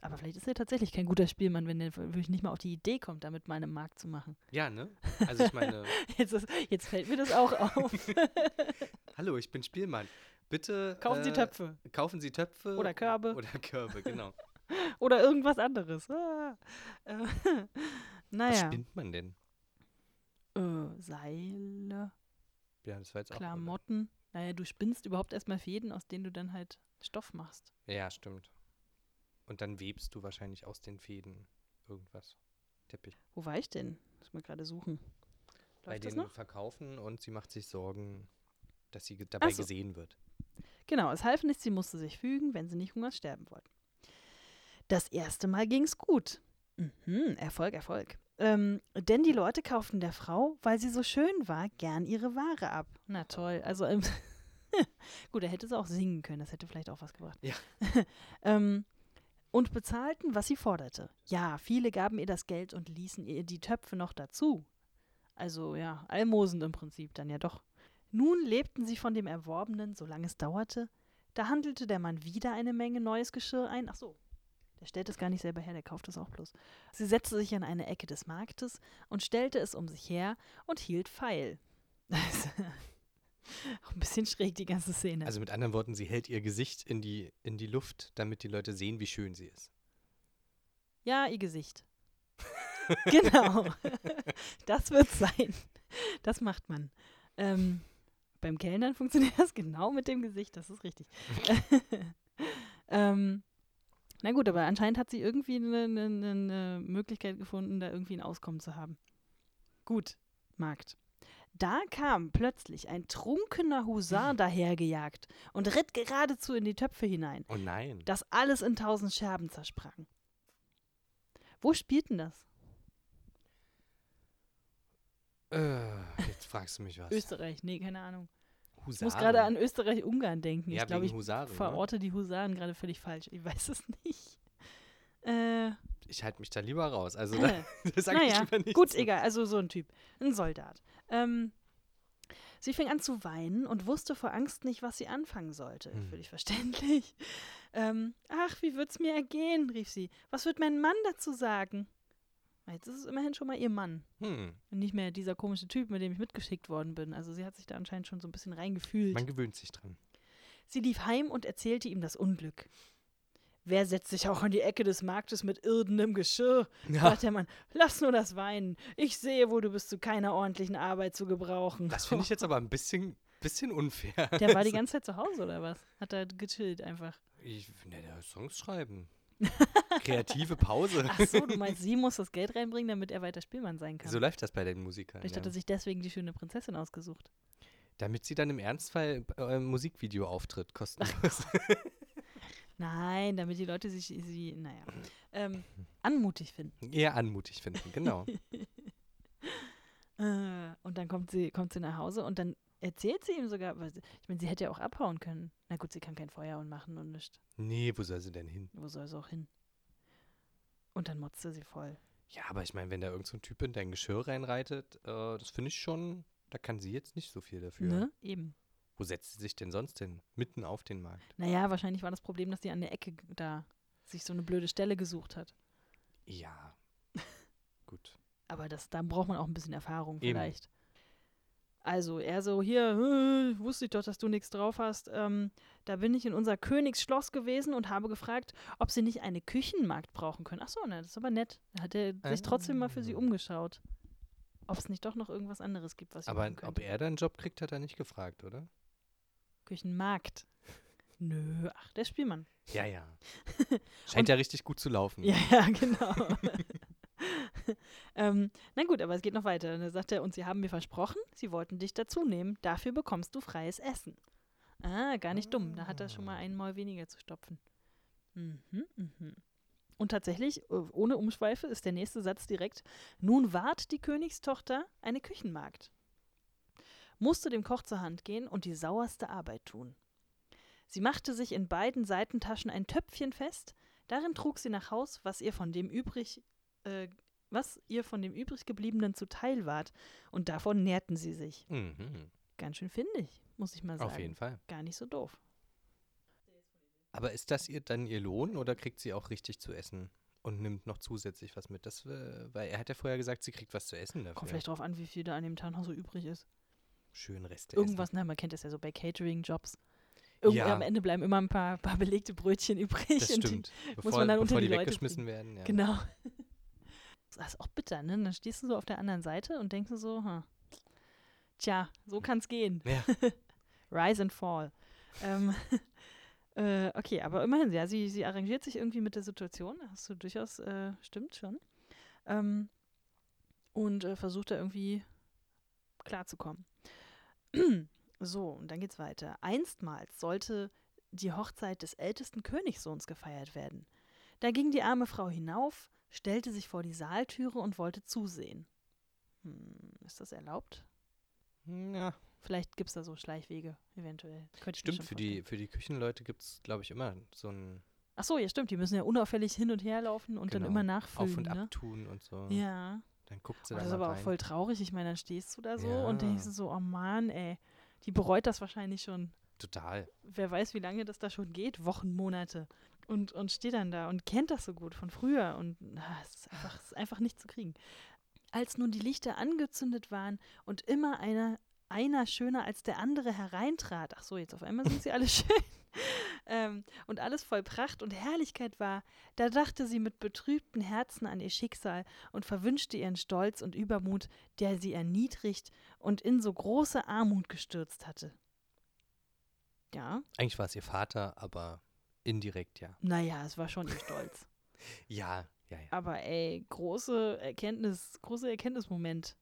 [SPEAKER 1] Aber vielleicht ist er tatsächlich kein guter Spielmann, wenn er wirklich nicht mal auf die Idee kommt, damit mal einen Markt zu machen. *laughs*
[SPEAKER 2] Ja, ne? Also ich meine,
[SPEAKER 1] Jetzt, ist, jetzt fällt mir das
[SPEAKER 2] *laughs*
[SPEAKER 1] auch auf. *laughs*
[SPEAKER 2] hallo, ich bin Spielmann. Bitte
[SPEAKER 1] Kaufen Sie
[SPEAKER 2] äh,
[SPEAKER 1] Töpfe
[SPEAKER 2] Kaufen Sie Töpfe
[SPEAKER 1] Oder Körbe.
[SPEAKER 2] *laughs* Oder Körbe, genau.
[SPEAKER 1] oder irgendwas anderes. Ah. Äh, *laughs*
[SPEAKER 2] Was
[SPEAKER 1] naja,
[SPEAKER 2] spinnt man denn?
[SPEAKER 1] äh, Seile.
[SPEAKER 2] Ja, das war jetzt auch.
[SPEAKER 1] Klamotten. Naja, du spinnst überhaupt erstmal Fäden, aus denen du dann halt Stoff machst.
[SPEAKER 2] Ja, stimmt. Und dann webst du wahrscheinlich aus den Fäden irgendwas. Teppich.
[SPEAKER 1] Wo war ich denn? Muss man gerade suchen. Läuft
[SPEAKER 2] Bei
[SPEAKER 1] das
[SPEAKER 2] denen
[SPEAKER 1] noch?
[SPEAKER 2] verkaufen und sie macht sich Sorgen, dass sie ge- dabei
[SPEAKER 1] so.
[SPEAKER 2] gesehen wird.
[SPEAKER 1] Genau, es half nichts, sie musste sich fügen, wenn sie nicht hungers sterben wollten. Das erste Mal ging's gut. Mhm, Erfolg, Erfolg. Ähm, denn die Leute kauften der Frau, weil sie so schön war, gern ihre Ware ab. Na toll, also ähm, *laughs* gut, er hätte sie auch singen können, das hätte vielleicht auch was gebracht.
[SPEAKER 2] Ja.
[SPEAKER 1] ähm, und bezahlten, was sie forderte. Ja, viele gaben ihr das Geld und ließen ihr die Töpfe noch dazu. Also ja, Almosen im Prinzip dann ja doch. Nun lebten sie von dem Erworbenen, solange es dauerte. Da handelte der Mann wieder eine Menge neues Geschirr ein. Ach so, der stellt es gar nicht selber her, der kauft es auch bloß. Sie setzte sich an eine Ecke des Marktes und stellte es um sich her und hielt feil. Also, *laughs* auch ein bisschen schräg die ganze Szene.
[SPEAKER 2] Also mit anderen Worten, sie hält ihr Gesicht in die, in die Luft, damit die Leute sehen, wie schön sie ist.
[SPEAKER 1] Ja, ihr Gesicht. genau. das wird sein. Das macht man. Ähm, beim Kellnern funktioniert das genau mit dem Gesicht, das ist richtig. *laughs* ähm, na gut, aber anscheinend hat sie irgendwie eine ne, ne, ne Möglichkeit gefunden, da irgendwie ein Auskommen zu haben. Gut, Markt. Da kam plötzlich ein trunkener Husar dahergejagt und ritt geradezu in die Töpfe hinein
[SPEAKER 2] Oh nein.
[SPEAKER 1] dass alles in tausend Scherben zersprang. Wo spielten das?
[SPEAKER 2] Äh, jetzt fragst du mich was.
[SPEAKER 1] Österreich, nee, keine Ahnung. Ich
[SPEAKER 2] Husaren.
[SPEAKER 1] muss gerade an Österreich-Ungarn denken.
[SPEAKER 2] ja,
[SPEAKER 1] ich glaube,
[SPEAKER 2] wegen
[SPEAKER 1] ich
[SPEAKER 2] Husaren. Ne?
[SPEAKER 1] verorte die Husaren gerade völlig falsch. Ich weiß es nicht. Äh,
[SPEAKER 2] Ich halte mich da lieber
[SPEAKER 1] *laughs*
[SPEAKER 2] raus. Also da, *laughs* das sage ich
[SPEAKER 1] naja,
[SPEAKER 2] lieber nicht.
[SPEAKER 1] gut, egal. Also so ein Typ, ein Soldat. Ähm, sie fing an zu weinen und wusste vor Angst nicht, was sie anfangen sollte.
[SPEAKER 2] Hm.
[SPEAKER 1] Völlig verständlich. Ähm, ach, wie wird's mir ergehen? rief sie. Was wird mein Mann dazu sagen? Jetzt ist es immerhin schon mal ihr Mann.
[SPEAKER 2] Hm,
[SPEAKER 1] Und nicht mehr dieser komische Typ, mit dem ich mitgeschickt worden bin. Also sie hat sich da anscheinend schon so ein bisschen reingefühlt.
[SPEAKER 2] man gewöhnt sich dran.
[SPEAKER 1] sie lief heim und erzählte ihm das Unglück. Wer setzt sich auch an die Ecke des Marktes mit irdenem Geschirr?
[SPEAKER 2] *laughs* Ja,
[SPEAKER 1] fragte der Mann. Lass nur das weinen. Ich sehe wohl, du bist zu keiner ordentlichen Arbeit zu gebrauchen. *laughs*
[SPEAKER 2] das finde ich jetzt aber ein bisschen, bisschen unfair.
[SPEAKER 1] Der war die ganze Zeit zu Hause oder was? Hat er gechillt einfach.
[SPEAKER 2] Ich, ne, der soll
[SPEAKER 1] *laughs*
[SPEAKER 2] Songs schreiben. Kreative Pause.
[SPEAKER 1] Ach so, du meinst, sie muss das Geld reinbringen, damit er weiter Spielmann sein kann.
[SPEAKER 2] So läuft das bei den Musikern.
[SPEAKER 1] Vielleicht
[SPEAKER 2] Ja.
[SPEAKER 1] hat er sich deswegen die schöne Prinzessin ausgesucht.
[SPEAKER 2] Damit sie dann im Ernstfall äh, im Musikvideo auftritt, kostenlos.
[SPEAKER 1] Nein, damit die Leute sich sie, naja,
[SPEAKER 2] Mhm.
[SPEAKER 1] ähm, anmutig finden.
[SPEAKER 2] *laughs* Eher anmutig finden,
[SPEAKER 1] *laughs*
[SPEAKER 2] genau.
[SPEAKER 1] Äh, und dann kommt sie, kommt sie nach Hause und dann erzählt sie ihm sogar, was, ich meine, sie hätte ja auch abhauen können. Na gut, sie kann kein Feuer und machen und nichts.
[SPEAKER 2] Nee, wo soll sie denn hin?
[SPEAKER 1] Wo soll sie auch hin? Und dann motzt er sie voll.
[SPEAKER 2] Ja, aber ich meine, wenn da irgend so ein Typ in dein Geschirr reinreitet, äh, das finde ich schon, da kann sie jetzt nicht so viel dafür.
[SPEAKER 1] Ne? Eben.
[SPEAKER 2] Wo setzt sie sich denn sonst hin? Mitten auf den Markt.
[SPEAKER 1] Naja, wahrscheinlich war das Problem, dass die an der Ecke da sich so eine blöde Stelle gesucht hat.
[SPEAKER 2] Ja. *laughs* Gut.
[SPEAKER 1] Aber das, da braucht man auch ein bisschen Erfahrung
[SPEAKER 2] Eben.
[SPEAKER 1] vielleicht. Also, er so, hier, äh, wusste ich doch, dass du nichts drauf hast. Ähm, da bin ich in unser Königsschloss gewesen und habe gefragt, ob sie nicht eine Küchenmarkt brauchen können. Ach so, na, das ist aber nett. Da hat er sich trotzdem mal für sie
[SPEAKER 2] Ah.
[SPEAKER 1] umgeschaut. Ob es nicht doch noch irgendwas anderes gibt, was sie
[SPEAKER 2] Aber
[SPEAKER 1] machen können.
[SPEAKER 2] ob er da einen Job kriegt, hat er nicht gefragt, oder?
[SPEAKER 1] Küchenmarkt. Nö, ach, der Spielmann. *laughs*
[SPEAKER 2] Ja, ja. Scheint ja richtig gut zu laufen.
[SPEAKER 1] Ja, ja, genau. *laughs* ähm, na gut, aber es geht noch weiter. Dann sagt er, und sie haben mir versprochen, sie wollten dich dazu nehmen, dafür bekommst du freies Essen. Ah, gar nicht dumm. Da hat er schon mal
[SPEAKER 2] Ah.
[SPEAKER 1] einen Maul weniger zu stopfen. Mhm, mhm. Und tatsächlich, äh, ohne Umschweife, ist der nächste Satz direkt: Nun ward die Königstochter eine Küchenmagd. Musste dem Koch zur Hand gehen und die sauerste Arbeit tun. Sie machte sich in beiden Seitentaschen ein Töpfchen fest, darin trug sie nach Haus, was ihr von dem übrig, äh, was ihr von dem übrig gebliebenen zuteil ward, und davon nährten sie sich.
[SPEAKER 2] Mhm.
[SPEAKER 1] Ganz schön findig, muss ich mal sagen.
[SPEAKER 2] Auf jeden Fall.
[SPEAKER 1] Gar nicht so doof.
[SPEAKER 2] Aber ist das ihr dann ihr Lohn oder kriegt sie auch richtig zu essen und nimmt noch zusätzlich was mit? Das, äh, weil er hat ja vorher gesagt, sie kriegt was zu essen dafür.
[SPEAKER 1] Kommt vielleicht drauf an, wie viel da an dem Tag noch so übrig ist.
[SPEAKER 2] Schön Reste
[SPEAKER 1] Irgendwas, na, man kennt das ja so bei Catering-Jobs. Irgendwie
[SPEAKER 2] Ja.
[SPEAKER 1] am Ende bleiben immer ein paar, paar belegte Brötchen übrig.
[SPEAKER 2] essen.
[SPEAKER 1] *laughs*
[SPEAKER 2] Das
[SPEAKER 1] und die-
[SPEAKER 2] stimmt. Bevor,
[SPEAKER 1] man dann unter
[SPEAKER 2] bevor
[SPEAKER 1] die
[SPEAKER 2] die,
[SPEAKER 1] Leute
[SPEAKER 2] weggeschmissen werden. Ja.
[SPEAKER 1] Genau. *laughs* Das ist auch bitter, ne? Dann stehst du so auf der anderen Seite und denkst du so, hm, tja, so kann's gehen.
[SPEAKER 2] Ja.
[SPEAKER 1] *laughs* Rise and fall. ähm, *laughs* äh, okay, aber immerhin, ja, sie, sie arrangiert sich irgendwie mit der Situation. Hast du durchaus, äh, stimmt schon. Ähm, und äh, versucht da irgendwie klarzukommen. *clears throat* so, und dann geht's weiter. Einstmals sollte die Hochzeit des ältesten Königssohns gefeiert werden. Da ging die arme Frau hinauf, stellte sich vor die Saaltüre und wollte zusehen. Hm, ist das erlaubt? Hm,
[SPEAKER 2] Ja.
[SPEAKER 1] Vielleicht gibt es da so Schleichwege, eventuell. Könnte ich mir schon
[SPEAKER 2] Stimmt, für die, für die Küchenleute gibt es, glaube ich, immer so ein
[SPEAKER 1] vorstellen. Ach so, ja, stimmt. Die müssen ja unauffällig hin und her laufen und dann
[SPEAKER 2] Genau.
[SPEAKER 1] immer nachfüllen.
[SPEAKER 2] Auf- und
[SPEAKER 1] ne?
[SPEAKER 2] Abtun und so.
[SPEAKER 1] Ja.
[SPEAKER 2] Dann guckt sie
[SPEAKER 1] Und
[SPEAKER 2] da
[SPEAKER 1] das ist
[SPEAKER 2] mal
[SPEAKER 1] aber
[SPEAKER 2] rein.
[SPEAKER 1] auch voll traurig. Ich meine, dann stehst du da so
[SPEAKER 2] Ja.
[SPEAKER 1] und denkst du so, oh Mann, ey. Die bereut das wahrscheinlich schon.
[SPEAKER 2] Total.
[SPEAKER 1] Wer weiß, wie lange das da schon geht. Wochen, Monate. Und, und steht dann da und kennt das so gut von früher. Und na, es ist einfach, es ist einfach nicht zu kriegen. Als nun die Lichter angezündet waren und immer einer, einer schöner als der andere hereintrat, ach so, jetzt auf einmal sind sie alle *laughs* schön, ähm, und alles voll Pracht und Herrlichkeit war, da dachte sie mit betrübtem Herzen an ihr Schicksal und verwünschte ihren Stolz und Übermut, der sie erniedrigt und in so große Armut gestürzt hatte. Ja,
[SPEAKER 2] Eigentlich war es ihr Vater, aber indirekt ja.
[SPEAKER 1] naja, es war schon ihr Stolz.
[SPEAKER 2] Ja, ja, ja.
[SPEAKER 1] *laughs* Aber ey, große Erkenntnis, großer Erkenntnismoment.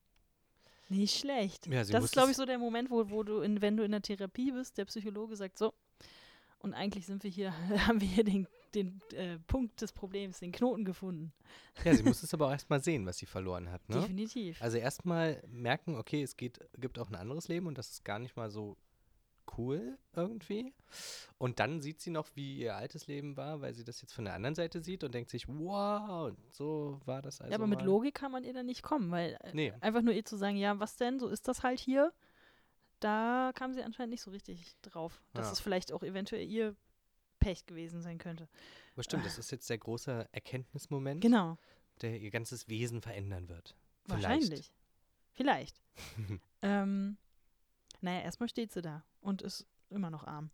[SPEAKER 1] Nicht schlecht.
[SPEAKER 2] Ja, sie
[SPEAKER 1] das
[SPEAKER 2] muss
[SPEAKER 1] ist, glaube
[SPEAKER 2] es-
[SPEAKER 1] ich, so der Moment, wo, wo du, in, wenn du in der Therapie bist, der Psychologe sagt so, und eigentlich sind wir hier, *laughs* haben wir hier den, den äh, Punkt des Problems, den Knoten gefunden.
[SPEAKER 2] Ja, sie muss es aber auch erstmal sehen, was sie verloren hat, ne?
[SPEAKER 1] Definitiv.
[SPEAKER 2] Also erstmal merken, okay, es geht, gibt auch ein anderes Leben und das ist gar nicht mal so cool irgendwie. Und dann sieht sie noch, wie ihr altes Leben war, weil sie das jetzt von der anderen Seite sieht und denkt sich, wow, so war das also.
[SPEAKER 1] ja, aber mit
[SPEAKER 2] mal.
[SPEAKER 1] Logik kann man ihr dann nicht kommen, weil äh,
[SPEAKER 2] Nee,
[SPEAKER 1] einfach nur ihr zu sagen, ja, was denn, so ist das halt hier, da kam sie anscheinend nicht so richtig drauf, dass
[SPEAKER 2] Ja.
[SPEAKER 1] es vielleicht auch eventuell ihr Pech gewesen sein könnte.
[SPEAKER 2] aber stimmt, das ist jetzt der große Erkenntnismoment,
[SPEAKER 1] Genau.
[SPEAKER 2] der ihr ganzes Wesen verändern wird. Vielleicht.
[SPEAKER 1] Wahrscheinlich. Vielleicht. ähm, naja, erstmal steht sie da und ist immer noch arm.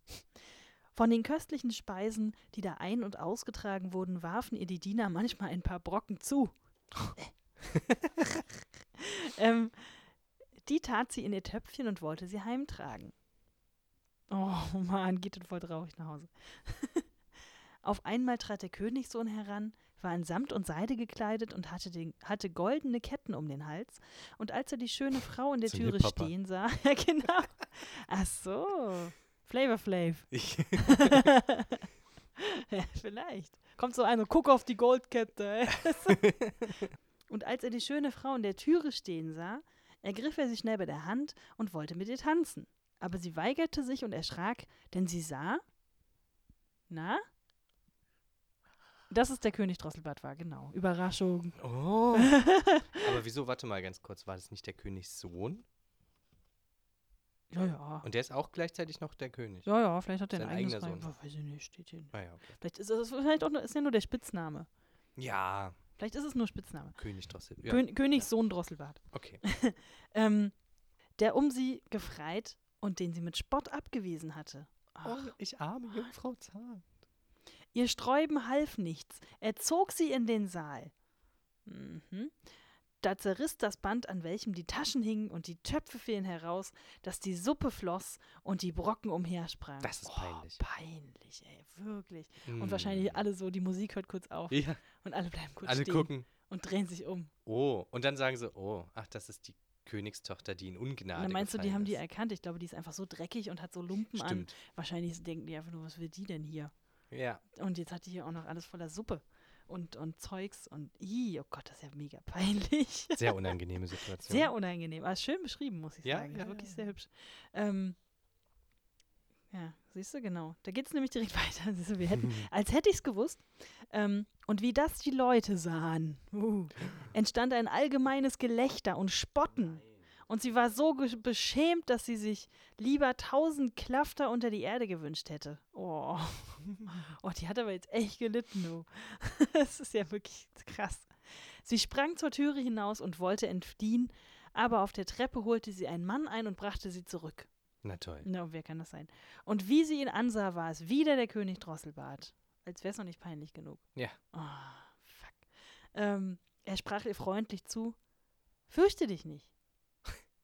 [SPEAKER 1] Von den köstlichen Speisen, die da ein- und ausgetragen wurden, warfen ihr die Diener manchmal ein paar Brocken zu. ähm, die tat sie in ihr Töpfchen und wollte sie heimtragen. Oh Mann, geht das voll traurig nach Hause. *laughs* Auf einmal trat der Königssohn heran, war in Samt und Seide gekleidet und hatte, den, hatte goldene Ketten um den Hals. Und als er die schöne Frau in der
[SPEAKER 2] So
[SPEAKER 1] Türe
[SPEAKER 2] Hip-Hopper.
[SPEAKER 1] stehen sah, *laughs* ja genau. Ach so, Flavor Flav.
[SPEAKER 2] *laughs* Ich,
[SPEAKER 1] *laughs* Ja, Vielleicht. Kommt so einer, guck auf die Goldkette. ey. *laughs* und als er die schöne Frau in der Türe stehen sah, ergriff er sie schnell bei der Hand und wollte mit ihr tanzen. Aber sie weigerte sich und erschrak, denn sie sah. Na? Das ist der König Drosselbart war, genau. Überraschung.
[SPEAKER 2] *laughs* Oh. Aber wieso, warte mal ganz kurz, war das nicht der Königssohn?
[SPEAKER 1] Ja, ja.
[SPEAKER 2] Und der ist auch gleichzeitig noch der König.
[SPEAKER 1] Ja, ja, vielleicht hat er ein
[SPEAKER 2] Sein
[SPEAKER 1] eigenes
[SPEAKER 2] eigener
[SPEAKER 1] Reich.
[SPEAKER 2] Sohn.
[SPEAKER 1] Weiß ich nicht, steht hier. nicht.
[SPEAKER 2] Ah, ja, okay.
[SPEAKER 1] Vielleicht ist es vielleicht auch nur, ist ja nur der Spitzname.
[SPEAKER 2] ja,
[SPEAKER 1] Vielleicht ist es nur Spitzname.
[SPEAKER 2] König Drossel. Ja,
[SPEAKER 1] Kön Königssohn Drosselbart.
[SPEAKER 2] okay.
[SPEAKER 1] Ähm, der um sie gefreit und den sie mit Spott abgewiesen hatte. Ach,
[SPEAKER 2] ich arme Jungfrau Zahn.
[SPEAKER 1] Ihr Sträuben half nichts. Er zog sie in den Saal. Mhm. Da zerriss das Band, an welchem die Taschen hingen, und die Töpfe fielen heraus, dass die Suppe floss und die Brocken umhersprangen.
[SPEAKER 2] Das ist peinlich.
[SPEAKER 1] Peinlich, ey, wirklich.
[SPEAKER 2] Hm.
[SPEAKER 1] Und wahrscheinlich alle so, die Musik hört kurz auf
[SPEAKER 2] Ja,
[SPEAKER 1] und alle bleiben kurz
[SPEAKER 2] alle
[SPEAKER 1] stehen
[SPEAKER 2] gucken.
[SPEAKER 1] und drehen sich um.
[SPEAKER 2] Oh, und dann sagen sie, oh, ach, das ist die Königstochter, die in Ungnade
[SPEAKER 1] und dann meinst du, die
[SPEAKER 2] gefallen
[SPEAKER 1] haben die
[SPEAKER 2] ist.
[SPEAKER 1] erkannt? Ich glaube, die ist einfach so dreckig und hat so Lumpen
[SPEAKER 2] Stimmt.
[SPEAKER 1] an. Wahrscheinlich denken die einfach nur, was will die denn hier?
[SPEAKER 2] Ja,
[SPEAKER 1] Und jetzt hat die hier auch noch alles voller Suppe und, und Zeugs und i, oh Gott, das ist ja mega peinlich.
[SPEAKER 2] sehr unangenehme Situation.
[SPEAKER 1] Sehr unangenehm, aber schön beschrieben, muss ich
[SPEAKER 2] Ja,
[SPEAKER 1] sagen.
[SPEAKER 2] ja,
[SPEAKER 1] Wirklich
[SPEAKER 2] ja,
[SPEAKER 1] sehr hübsch. Ähm, ja, siehst du, genau. Da geht es nämlich direkt *laughs* weiter. Siehst du, wir
[SPEAKER 2] *laughs*
[SPEAKER 1] hätten, als hätte ich es gewusst. Ähm, und wie das die Leute sahen, uh, entstand ein allgemeines Gelächter und Spotten. Und sie war so ge- beschämt, dass sie sich lieber tausend Klafter unter die Erde gewünscht hätte.
[SPEAKER 2] *laughs*
[SPEAKER 1] Oh, oh die hat aber jetzt echt gelitten, du. *laughs* das ist ja wirklich krass. Sie sprang zur Türe hinaus und wollte entfliehen, aber auf der Treppe holte sie einen Mann ein und brachte sie zurück.
[SPEAKER 2] Na toll.
[SPEAKER 1] Na, wer kann das sein? Und wie sie ihn ansah, war es wieder der König Drosselbart. Als wäre es noch nicht peinlich genug.
[SPEAKER 2] Ja.
[SPEAKER 1] Oh, fuck. Ähm, er sprach ihr freundlich zu: Fürchte dich nicht.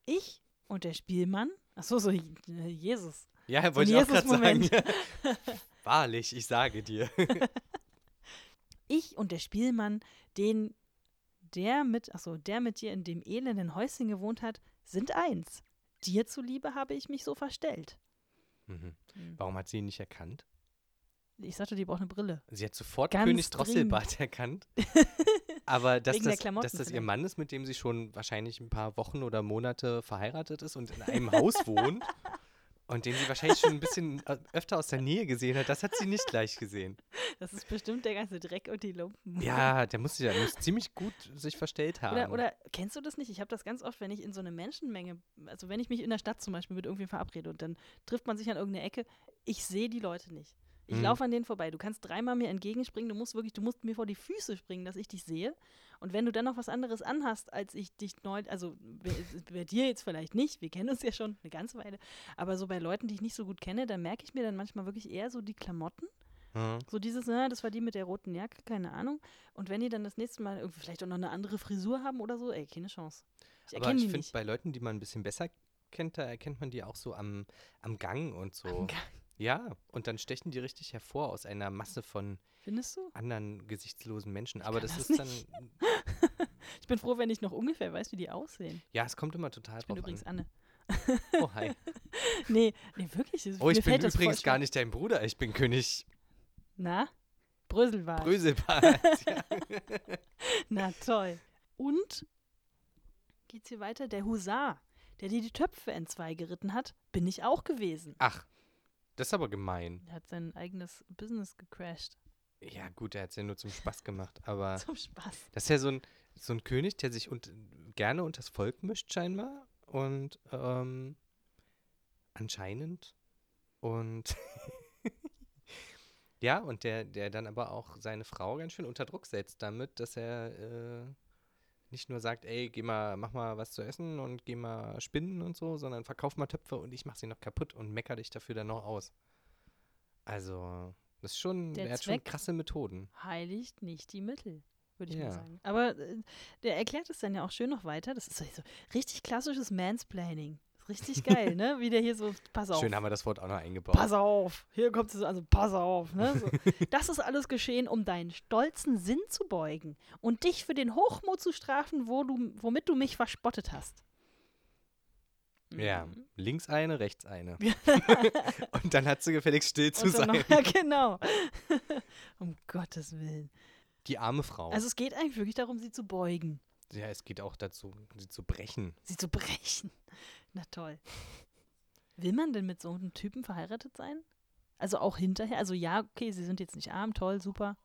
[SPEAKER 1] Ich und der Spielmann. Ach so, so äh, Jesus.
[SPEAKER 2] Ja, wollte ich auch gerade sagen.
[SPEAKER 1] Jesus-Moment.
[SPEAKER 2] *laughs* Wahrlich, ich sage dir.
[SPEAKER 1] Ich und der Spielmann, den der mit, ach so, der mit dir in dem elenden Häuschen gewohnt hat, sind eins. Dir zuliebe habe ich mich so verstellt.
[SPEAKER 2] Mhm.
[SPEAKER 1] Hm.
[SPEAKER 2] Warum hat sie ihn nicht erkannt?
[SPEAKER 1] Ich sagte, die braucht eine Brille.
[SPEAKER 2] Sie hat sofort
[SPEAKER 1] Ganz
[SPEAKER 2] König
[SPEAKER 1] *laughs*
[SPEAKER 2] Drosselbart erkannt. Aber dass
[SPEAKER 1] Wegen der
[SPEAKER 2] das, dass
[SPEAKER 1] Klamotten
[SPEAKER 2] das ihr
[SPEAKER 1] vielleicht.
[SPEAKER 2] Mann ist, mit dem sie schon wahrscheinlich ein paar Wochen oder Monate verheiratet ist und in einem Haus
[SPEAKER 1] *laughs*
[SPEAKER 2] wohnt und den sie wahrscheinlich schon ein bisschen ö- öfter aus der Nähe gesehen hat, das hat sie nicht gleich gesehen.
[SPEAKER 1] Das ist bestimmt der ganze Dreck und die Lumpen.
[SPEAKER 2] Ja, ähm. der muss, sich- der muss ziemlich gut sich verstellt haben.
[SPEAKER 1] Oder, oder kennst du das nicht? Ich habe das ganz oft, wenn ich in so eine Menschenmenge, also wenn ich mich in der Stadt zum Beispiel mit irgendwem verabrede und dann trifft man sich an irgendeiner Ecke, ich sehe die Leute nicht. Ich
[SPEAKER 2] Mhm.
[SPEAKER 1] laufe an denen vorbei. Du kannst dreimal mir entgegenspringen. Du musst wirklich, du musst mir vor die Füße springen, dass ich dich sehe. Und wenn du dann noch was anderes anhast, als ich dich neu, also bei, bei dir jetzt vielleicht nicht, wir kennen uns ja schon eine ganze Weile, aber so bei Leuten, die ich nicht so gut kenne, dann merke ich mir dann manchmal wirklich eher so die Klamotten.
[SPEAKER 2] Mhm.
[SPEAKER 1] So dieses, na, das war die mit der roten Jacke, keine Ahnung. Und wenn die dann das nächste Mal irgendwie vielleicht auch noch eine andere Frisur haben oder so, ey, keine Chance. Ich
[SPEAKER 2] Aber
[SPEAKER 1] erkenne
[SPEAKER 2] ich
[SPEAKER 1] die
[SPEAKER 2] finde,
[SPEAKER 1] nicht.
[SPEAKER 2] bei Leuten, die man ein bisschen besser kennt, da erkennt man die auch so am, am Gang und so.
[SPEAKER 1] Am Gang.
[SPEAKER 2] Ja, und dann stechen die richtig hervor aus einer Masse von
[SPEAKER 1] Findest du?
[SPEAKER 2] anderen gesichtslosen Menschen. Aber
[SPEAKER 1] kann
[SPEAKER 2] das,
[SPEAKER 1] das
[SPEAKER 2] ist
[SPEAKER 1] nicht.
[SPEAKER 2] dann,
[SPEAKER 1] Ich bin froh, wenn ich noch ungefähr weiß, wie die aussehen.
[SPEAKER 2] ja, es kommt immer total
[SPEAKER 1] Ich bin
[SPEAKER 2] drauf
[SPEAKER 1] übrigens
[SPEAKER 2] an.
[SPEAKER 1] Anne.
[SPEAKER 2] Oh,
[SPEAKER 1] *laughs*
[SPEAKER 2] hi.
[SPEAKER 1] Nee, nee, wirklich. es-
[SPEAKER 2] Oh,
[SPEAKER 1] mir
[SPEAKER 2] ich bin
[SPEAKER 1] fällt das voll
[SPEAKER 2] übrigens gar
[SPEAKER 1] schwer.
[SPEAKER 2] nicht dein Bruder. Ich bin König
[SPEAKER 1] Na? Brösel war. *laughs*
[SPEAKER 2] Bröselbart. ja.
[SPEAKER 1] Na toll. Und geht's hier weiter? Der Husar, der dir die Töpfe entzwei geritten hat, bin ich auch gewesen.
[SPEAKER 2] Ach, das ist aber gemein.
[SPEAKER 1] Er hat sein eigenes Business gecrashed.
[SPEAKER 2] Ja, gut, er hat es ja nur zum Spaß gemacht. Aber
[SPEAKER 1] Zum Spaß.
[SPEAKER 2] das ist ja so ein, so ein König, der sich und, gerne unters Volk mischt, scheinbar. Und ähm, anscheinend. Und. *laughs* Ja, und der, der dann aber auch seine Frau ganz schön unter Druck setzt damit, dass er äh, nicht nur sagt, ey, geh mal, mach mal was zu essen und geh mal spinnen und so, sondern verkauf mal Töpfe und ich mach sie noch kaputt und mecker dich dafür dann noch aus. Also, das ist schon,
[SPEAKER 1] Der
[SPEAKER 2] er hat schon
[SPEAKER 1] Zweck-
[SPEAKER 2] krasse Methoden.
[SPEAKER 1] heiligt nicht die Mittel, würde ich
[SPEAKER 2] Ja.
[SPEAKER 1] mal sagen. Aber äh, der erklärt es dann ja auch schön noch weiter. Das ist so richtig klassisches Mansplaining. Ist
[SPEAKER 2] *laughs*
[SPEAKER 1] richtig geil, ne? Wie der hier so, pass auf.
[SPEAKER 2] Schön haben wir das Wort auch noch eingebaut.
[SPEAKER 1] Pass auf, hier kommt es, also pass auf. Ne?
[SPEAKER 2] *laughs*
[SPEAKER 1] So. Das ist alles geschehen, um deinen stolzen Sinn zu beugen und dich für den Hochmut zu strafen, wo du, womit du mich verspottet hast.
[SPEAKER 2] Ja,
[SPEAKER 1] Mhm.
[SPEAKER 2] links eine,
[SPEAKER 1] *laughs*
[SPEAKER 2] rechts eine. *laughs* und dann hat sie gefälligst still zu
[SPEAKER 1] Und dann
[SPEAKER 2] sein.
[SPEAKER 1] noch, ja, *laughs* genau. um Gottes Willen.
[SPEAKER 2] Die arme Frau.
[SPEAKER 1] Also es geht eigentlich wirklich darum, sie zu beugen.
[SPEAKER 2] ja, es geht auch dazu, sie zu brechen.
[SPEAKER 1] sie zu brechen. Na toll. Will man denn mit so einem Typen verheiratet sein? Also auch hinterher? Also ja, okay, sie sind jetzt nicht arm, toll, super.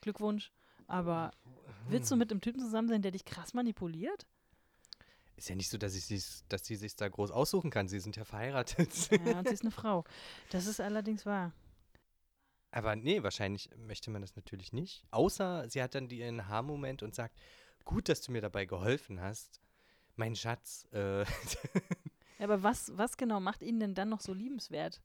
[SPEAKER 1] Glückwunsch. Aber willst du mit einem Typen zusammen sein, der dich krass manipuliert?
[SPEAKER 2] Ist ja nicht so, dass, ich sie's- dass sie sich da groß aussuchen kann. Sie sind ja verheiratet.
[SPEAKER 1] Ja, und sie ist eine Frau. Das ist allerdings wahr.
[SPEAKER 2] *laughs* Aber nee, wahrscheinlich möchte man das natürlich nicht. Außer sie hat dann die- ihren Haarmoment und sagt, gut, dass du mir dabei geholfen hast. Mein Schatz, äh, *laughs*
[SPEAKER 1] Ja, Aber was, was genau macht ihn denn dann noch so liebenswert?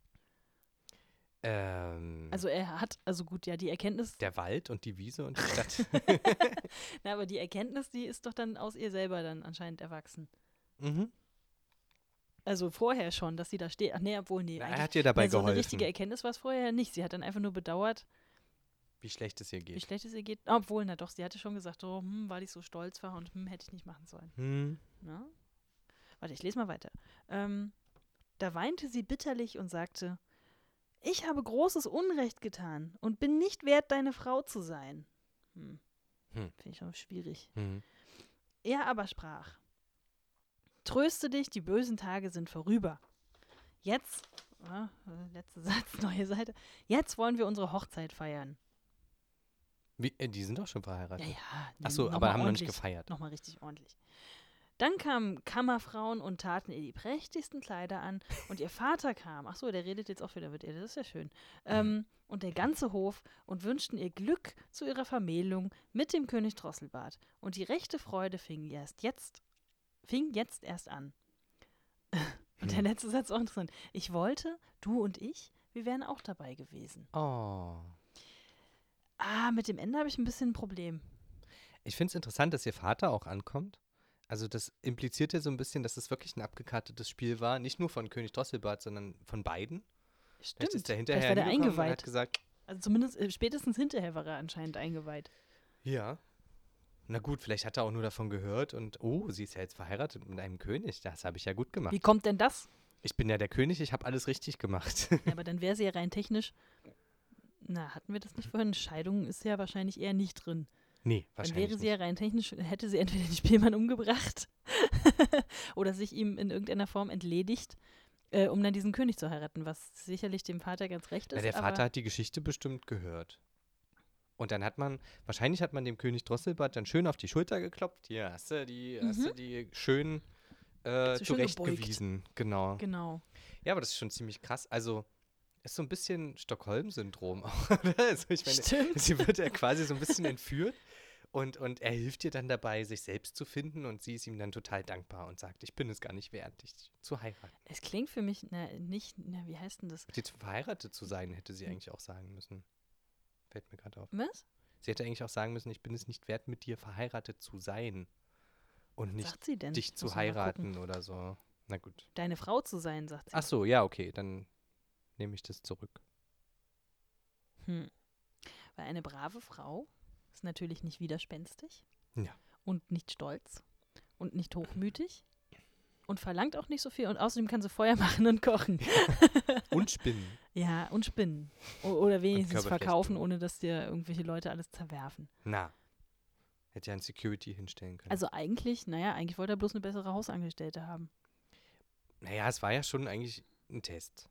[SPEAKER 2] ähm,
[SPEAKER 1] Also er hat, also gut, ja, die Erkenntnis, *laughs*
[SPEAKER 2] der Wald und die Wiese und die Stadt. *laughs*
[SPEAKER 1] na, aber die Erkenntnis, die ist doch dann aus ihr selber dann anscheinend erwachsen.
[SPEAKER 2] mhm.
[SPEAKER 1] Also vorher schon, dass sie da steht. Ach nee, obwohl, nee,
[SPEAKER 2] Na,
[SPEAKER 1] eigentlich
[SPEAKER 2] er hat ihr dabei
[SPEAKER 1] Weil so eine richtige
[SPEAKER 2] geholfen,
[SPEAKER 1] Erkenntnis war es vorher nicht. Sie hat dann einfach nur bedauert,
[SPEAKER 2] wie schlecht es ihr
[SPEAKER 1] wie
[SPEAKER 2] geht.
[SPEAKER 1] schlecht es ihr geht. Obwohl, na doch, sie hatte schon gesagt, oh, hm, weil ich so stolz war und hm, hätte ich nicht machen sollen.
[SPEAKER 2] Hm.
[SPEAKER 1] Na? Warte, ich lese mal weiter. Ähm, da weinte sie bitterlich und sagte, ich habe großes Unrecht getan und bin nicht wert, deine Frau zu sein. Hm.
[SPEAKER 2] Hm.
[SPEAKER 1] Finde ich schon schwierig.
[SPEAKER 2] Hm.
[SPEAKER 1] Er aber sprach: Tröste dich, die bösen Tage sind vorüber. Jetzt, ah, äh, letzter *laughs* Satz, neue Seite. Jetzt wollen wir unsere Hochzeit feiern.
[SPEAKER 2] Wie, äh, die sind doch schon
[SPEAKER 1] Ja,
[SPEAKER 2] verheiratet.
[SPEAKER 1] ja.
[SPEAKER 2] Ach so,
[SPEAKER 1] noch
[SPEAKER 2] aber
[SPEAKER 1] mal
[SPEAKER 2] haben noch nicht
[SPEAKER 1] ordentlich,
[SPEAKER 2] gefeiert.
[SPEAKER 1] Nochmal richtig ordentlich. Dann kamen Kammerfrauen und taten ihr die prächtigsten Kleider an und ihr Vater kam. Ach so, der redet jetzt auch wieder mit ihr, das ist ja schön.
[SPEAKER 2] Mhm.
[SPEAKER 1] Ähm, und der ganze Hof und wünschten ihr Glück zu ihrer Vermählung mit dem König Drosselbart. Und die rechte Freude fing erst jetzt, fing jetzt erst an. Und der
[SPEAKER 2] Hm.
[SPEAKER 1] letzte Satz auch interessant. Ich wollte, du und ich, wir wären auch dabei gewesen.
[SPEAKER 2] Oh.
[SPEAKER 1] Ah, mit dem Ende habe ich ein bisschen ein Problem.
[SPEAKER 2] Ich finde es interessant, dass ihr Vater auch ankommt. Also das impliziert ja so ein bisschen, dass es wirklich ein abgekartetes Spiel war. Nicht nur von König Drosselbart, sondern von beiden. Vielleicht
[SPEAKER 1] Stimmt.
[SPEAKER 2] ist der
[SPEAKER 1] Vielleicht
[SPEAKER 2] hinterher
[SPEAKER 1] war der
[SPEAKER 2] hingekommen und
[SPEAKER 1] eingeweiht.
[SPEAKER 2] hat gesagt,
[SPEAKER 1] Also zumindest äh, spätestens hinterher war er anscheinend eingeweiht.
[SPEAKER 2] Ja. Na gut, vielleicht hat er auch nur davon gehört und oh, sie ist ja jetzt verheiratet mit einem König. Das habe ich ja gut gemacht.
[SPEAKER 1] Wie kommt denn das?
[SPEAKER 2] Ich bin ja der König, ich habe alles richtig gemacht. *laughs*
[SPEAKER 1] Ja, aber dann wäre sie ja rein technisch. Na, hatten wir das nicht vorhin? Scheidung ist ja wahrscheinlich eher nicht drin.
[SPEAKER 2] nee,
[SPEAKER 1] Dann
[SPEAKER 2] wahrscheinlich
[SPEAKER 1] wäre sie ja
[SPEAKER 2] nicht.
[SPEAKER 1] rein technisch, hätte sie entweder den Spielmann umgebracht *laughs* oder sich ihm in irgendeiner Form entledigt, äh, um dann diesen König zu heiraten, was sicherlich dem Vater ganz recht ist.
[SPEAKER 2] Na, der
[SPEAKER 1] aber
[SPEAKER 2] Vater hat die Geschichte bestimmt gehört. Und dann hat man, wahrscheinlich hat man dem König Drosselbart dann schön auf die Schulter geklopft. Hier, hast du die, hast du die schön äh,
[SPEAKER 1] Mhm. Hast du schön
[SPEAKER 2] zurechtgewiesen. Genau.
[SPEAKER 1] Genau.
[SPEAKER 2] Ja, aber das ist schon ziemlich krass. Also, ist so ein bisschen Stockholm-Syndrom *laughs* auch. oder? also, ich meine,
[SPEAKER 1] Stimmt.
[SPEAKER 2] *laughs* Sie wird ja quasi so ein bisschen entführt und, und er hilft ihr dann dabei, sich selbst zu finden und sie ist ihm dann total dankbar und sagt, ich bin es gar nicht wert, dich zu heiraten.
[SPEAKER 1] Es klingt für mich na, nicht, na, wie heißt denn das?
[SPEAKER 2] Mit dir zu verheiratet zu sein, hätte
[SPEAKER 1] Mhm.
[SPEAKER 2] sie eigentlich auch sagen müssen. Fällt mir gerade auf.
[SPEAKER 1] Was?
[SPEAKER 2] Sie hätte eigentlich auch sagen müssen, ich bin es nicht wert, mit dir verheiratet zu sein und nicht
[SPEAKER 1] sagt sie denn?
[SPEAKER 2] dich
[SPEAKER 1] Muss
[SPEAKER 2] zu
[SPEAKER 1] ich mal gucken.
[SPEAKER 2] heiraten oder so. Na gut.
[SPEAKER 1] Deine Frau zu sein, sagt sie.
[SPEAKER 2] Ach so, ja, okay, dann nehme ich das
[SPEAKER 1] *laughs*
[SPEAKER 2] zurück.
[SPEAKER 1] Hm. Weil eine brave Frau ist natürlich nicht widerspenstig
[SPEAKER 2] Ja.
[SPEAKER 1] und nicht stolz und nicht hochmütig und verlangt auch nicht so viel und außerdem kann sie Feuer *laughs* machen und kochen.
[SPEAKER 2] Und Spinnen.
[SPEAKER 1] Ja, und spinnen. O oder wenigstens
[SPEAKER 2] Körperflechten.
[SPEAKER 1] verkaufen, ohne dass dir irgendwelche Leute alles zerwerfen.
[SPEAKER 2] Na. Hätte ja ein Security hinstellen können.
[SPEAKER 1] Also eigentlich, naja, eigentlich wollte er bloß eine bessere Hausangestellte haben.
[SPEAKER 2] Naja, es war ja schon eigentlich ein Test,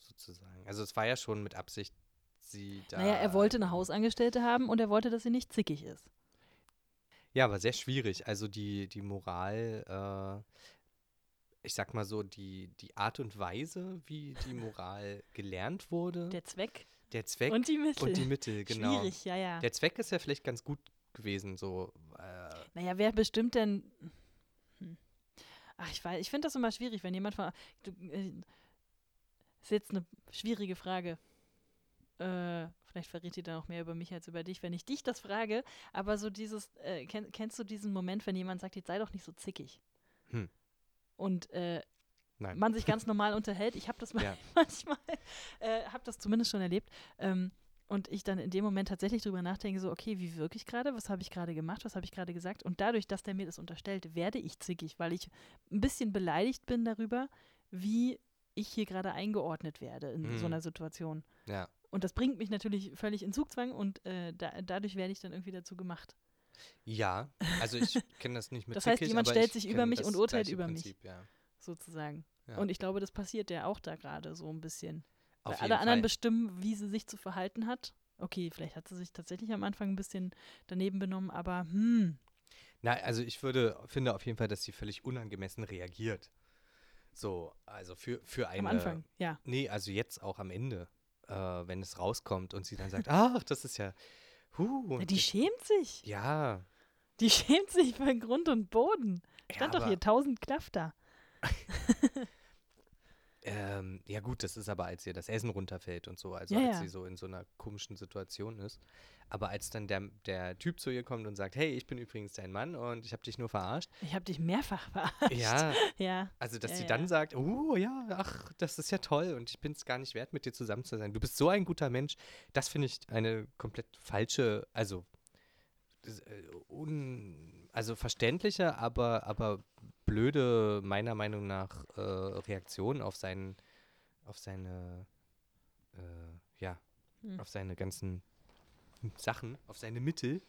[SPEAKER 2] sozusagen. Also es war ja schon mit Absicht, sie da.
[SPEAKER 1] Naja, er wollte eine Hausangestellte haben und er wollte, dass sie nicht zickig ist.
[SPEAKER 2] Ja, aber sehr schwierig. Also die, die Moral, äh, ich sag mal so, die, die Art und Weise, wie die Moral gelernt wurde, der,
[SPEAKER 1] Der Zweck
[SPEAKER 2] Zweck
[SPEAKER 1] und
[SPEAKER 2] und,
[SPEAKER 1] die Mittel. *laughs*
[SPEAKER 2] die Mittel, genau.
[SPEAKER 1] Schwierig, ja, ja.
[SPEAKER 2] Der Zweck ist ja vielleicht ganz gut gewesen, so. Äh,
[SPEAKER 1] Naja, wer bestimmt denn. Hm. Ach, ich weiß, ich finde das immer schwierig, wenn jemand von. Du, äh, ist jetzt eine schwierige Frage. Äh, vielleicht verrät die dann auch mehr über mich als über dich, wenn ich dich das frage. Aber so dieses, äh, kenn, kennst du diesen Moment, wenn jemand sagt, jetzt sei doch nicht so zickig?
[SPEAKER 2] Hm.
[SPEAKER 1] Und äh,
[SPEAKER 2] nein.
[SPEAKER 1] man sich ganz
[SPEAKER 2] *laughs*
[SPEAKER 1] normal unterhält. Ich habe das mal
[SPEAKER 2] Ja.
[SPEAKER 1] *laughs* manchmal, äh, habe das zumindest schon erlebt. Ähm, und ich dann in dem Moment tatsächlich drüber nachdenke, so, okay, wie wirke ich gerade? Was habe ich gerade gemacht? Was habe ich gerade gesagt? Und dadurch, dass der mir das unterstellt, werde ich zickig, weil ich ein bisschen beleidigt bin darüber, wie ich hier gerade eingeordnet werde in
[SPEAKER 2] Mhm.
[SPEAKER 1] so einer Situation.
[SPEAKER 2] ja.
[SPEAKER 1] Und das bringt mich natürlich völlig in Zugzwang und äh, da, dadurch werde ich dann irgendwie dazu gemacht.
[SPEAKER 2] Ja,
[SPEAKER 1] *laughs*
[SPEAKER 2] also ich kenne das nicht mit
[SPEAKER 1] Das heißt,
[SPEAKER 2] Zickig,
[SPEAKER 1] jemand
[SPEAKER 2] aber
[SPEAKER 1] stellt
[SPEAKER 2] ich
[SPEAKER 1] sich über
[SPEAKER 2] kenn
[SPEAKER 1] mich
[SPEAKER 2] das
[SPEAKER 1] und urteilt
[SPEAKER 2] gleiche
[SPEAKER 1] über mich.
[SPEAKER 2] Prinzip, Ja.
[SPEAKER 1] sozusagen.
[SPEAKER 2] Ja.
[SPEAKER 1] Und ich glaube, das passiert der auch da gerade so ein bisschen.
[SPEAKER 2] Auf
[SPEAKER 1] Weil
[SPEAKER 2] jeden
[SPEAKER 1] alle anderen
[SPEAKER 2] Fall.
[SPEAKER 1] bestimmen, wie sie sich zu verhalten hat okay, vielleicht hat sie sich tatsächlich am Anfang ein bisschen daneben benommen, aber hm,
[SPEAKER 2] Na, also ich würde, finde auf jeden Fall, dass sie völlig unangemessen reagiert. So, also für, für eine.
[SPEAKER 1] am Anfang, ja.
[SPEAKER 2] Nee, also jetzt auch am Ende, äh, wenn es rauskommt und sie dann sagt, ach, das ist ja. Huh,
[SPEAKER 1] Na,
[SPEAKER 2] und
[SPEAKER 1] die
[SPEAKER 2] das-
[SPEAKER 1] schämt sich.
[SPEAKER 2] Ja.
[SPEAKER 1] Die *laughs* schämt sich für Grund und Boden.
[SPEAKER 2] Ja,
[SPEAKER 1] Stand doch
[SPEAKER 2] aber-
[SPEAKER 1] hier tausend Klafter.
[SPEAKER 2] Ähm, ja gut, das ist aber, als ihr das Essen runterfällt und so, also
[SPEAKER 1] Ja,
[SPEAKER 2] als
[SPEAKER 1] ja.
[SPEAKER 2] sie so in so einer komischen Situation ist. Aber als dann der, der Typ zu ihr kommt und sagt, hey, ich bin übrigens dein Mann und ich habe dich nur verarscht.
[SPEAKER 1] Ich habe dich mehrfach verarscht.
[SPEAKER 2] Ja,
[SPEAKER 1] *laughs* Ja.
[SPEAKER 2] also dass
[SPEAKER 1] Ja,
[SPEAKER 2] sie
[SPEAKER 1] ja.
[SPEAKER 2] dann sagt, oh ja, ach, das ist ja toll und ich bin es gar nicht wert, mit dir zusammen zu sein. Du bist so ein guter Mensch. Das finde ich eine komplett falsche, also s- äh, un, also verständliche, aber, aber blöde, meiner Meinung nach, äh, Reaktion auf seinen, auf seine, äh, ja,
[SPEAKER 1] Hm.
[SPEAKER 2] auf seine ganzen Sachen, auf seine Mittel.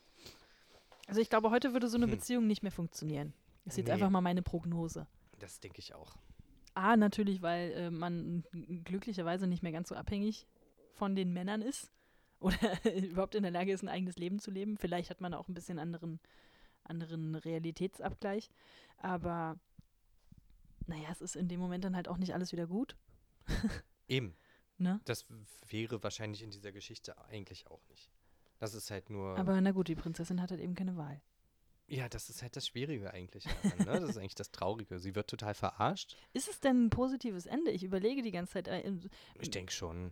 [SPEAKER 1] Also ich glaube, heute würde so eine
[SPEAKER 2] Hm.
[SPEAKER 1] Beziehung nicht mehr funktionieren. Ist jetzt
[SPEAKER 2] Nee.
[SPEAKER 1] einfach mal meine Prognose.
[SPEAKER 2] Das denke ich auch.
[SPEAKER 1] A, natürlich, weil äh, man n- glücklicherweise nicht mehr ganz so abhängig von den Männern ist *laughs* oder überhaupt in der Lage ist, ein eigenes Leben zu leben. Vielleicht hat man auch ein bisschen anderen, anderen Realitätsabgleich. Aber naja, es ist in dem Moment dann halt auch nicht alles wieder gut.
[SPEAKER 2] Eben.
[SPEAKER 1] Ne?
[SPEAKER 2] Das w- wäre wahrscheinlich in dieser Geschichte eigentlich auch nicht. Das ist halt nur.
[SPEAKER 1] Aber na gut, die Prinzessin hat halt eben keine Wahl.
[SPEAKER 2] ja, das ist halt das Schwierige eigentlich. Daran, ne? Das ist eigentlich das Traurige. Sie wird total verarscht.
[SPEAKER 1] Ist es denn ein positives Ende? Ich überlege die ganze Zeit. äh, im-
[SPEAKER 2] Ich denke schon.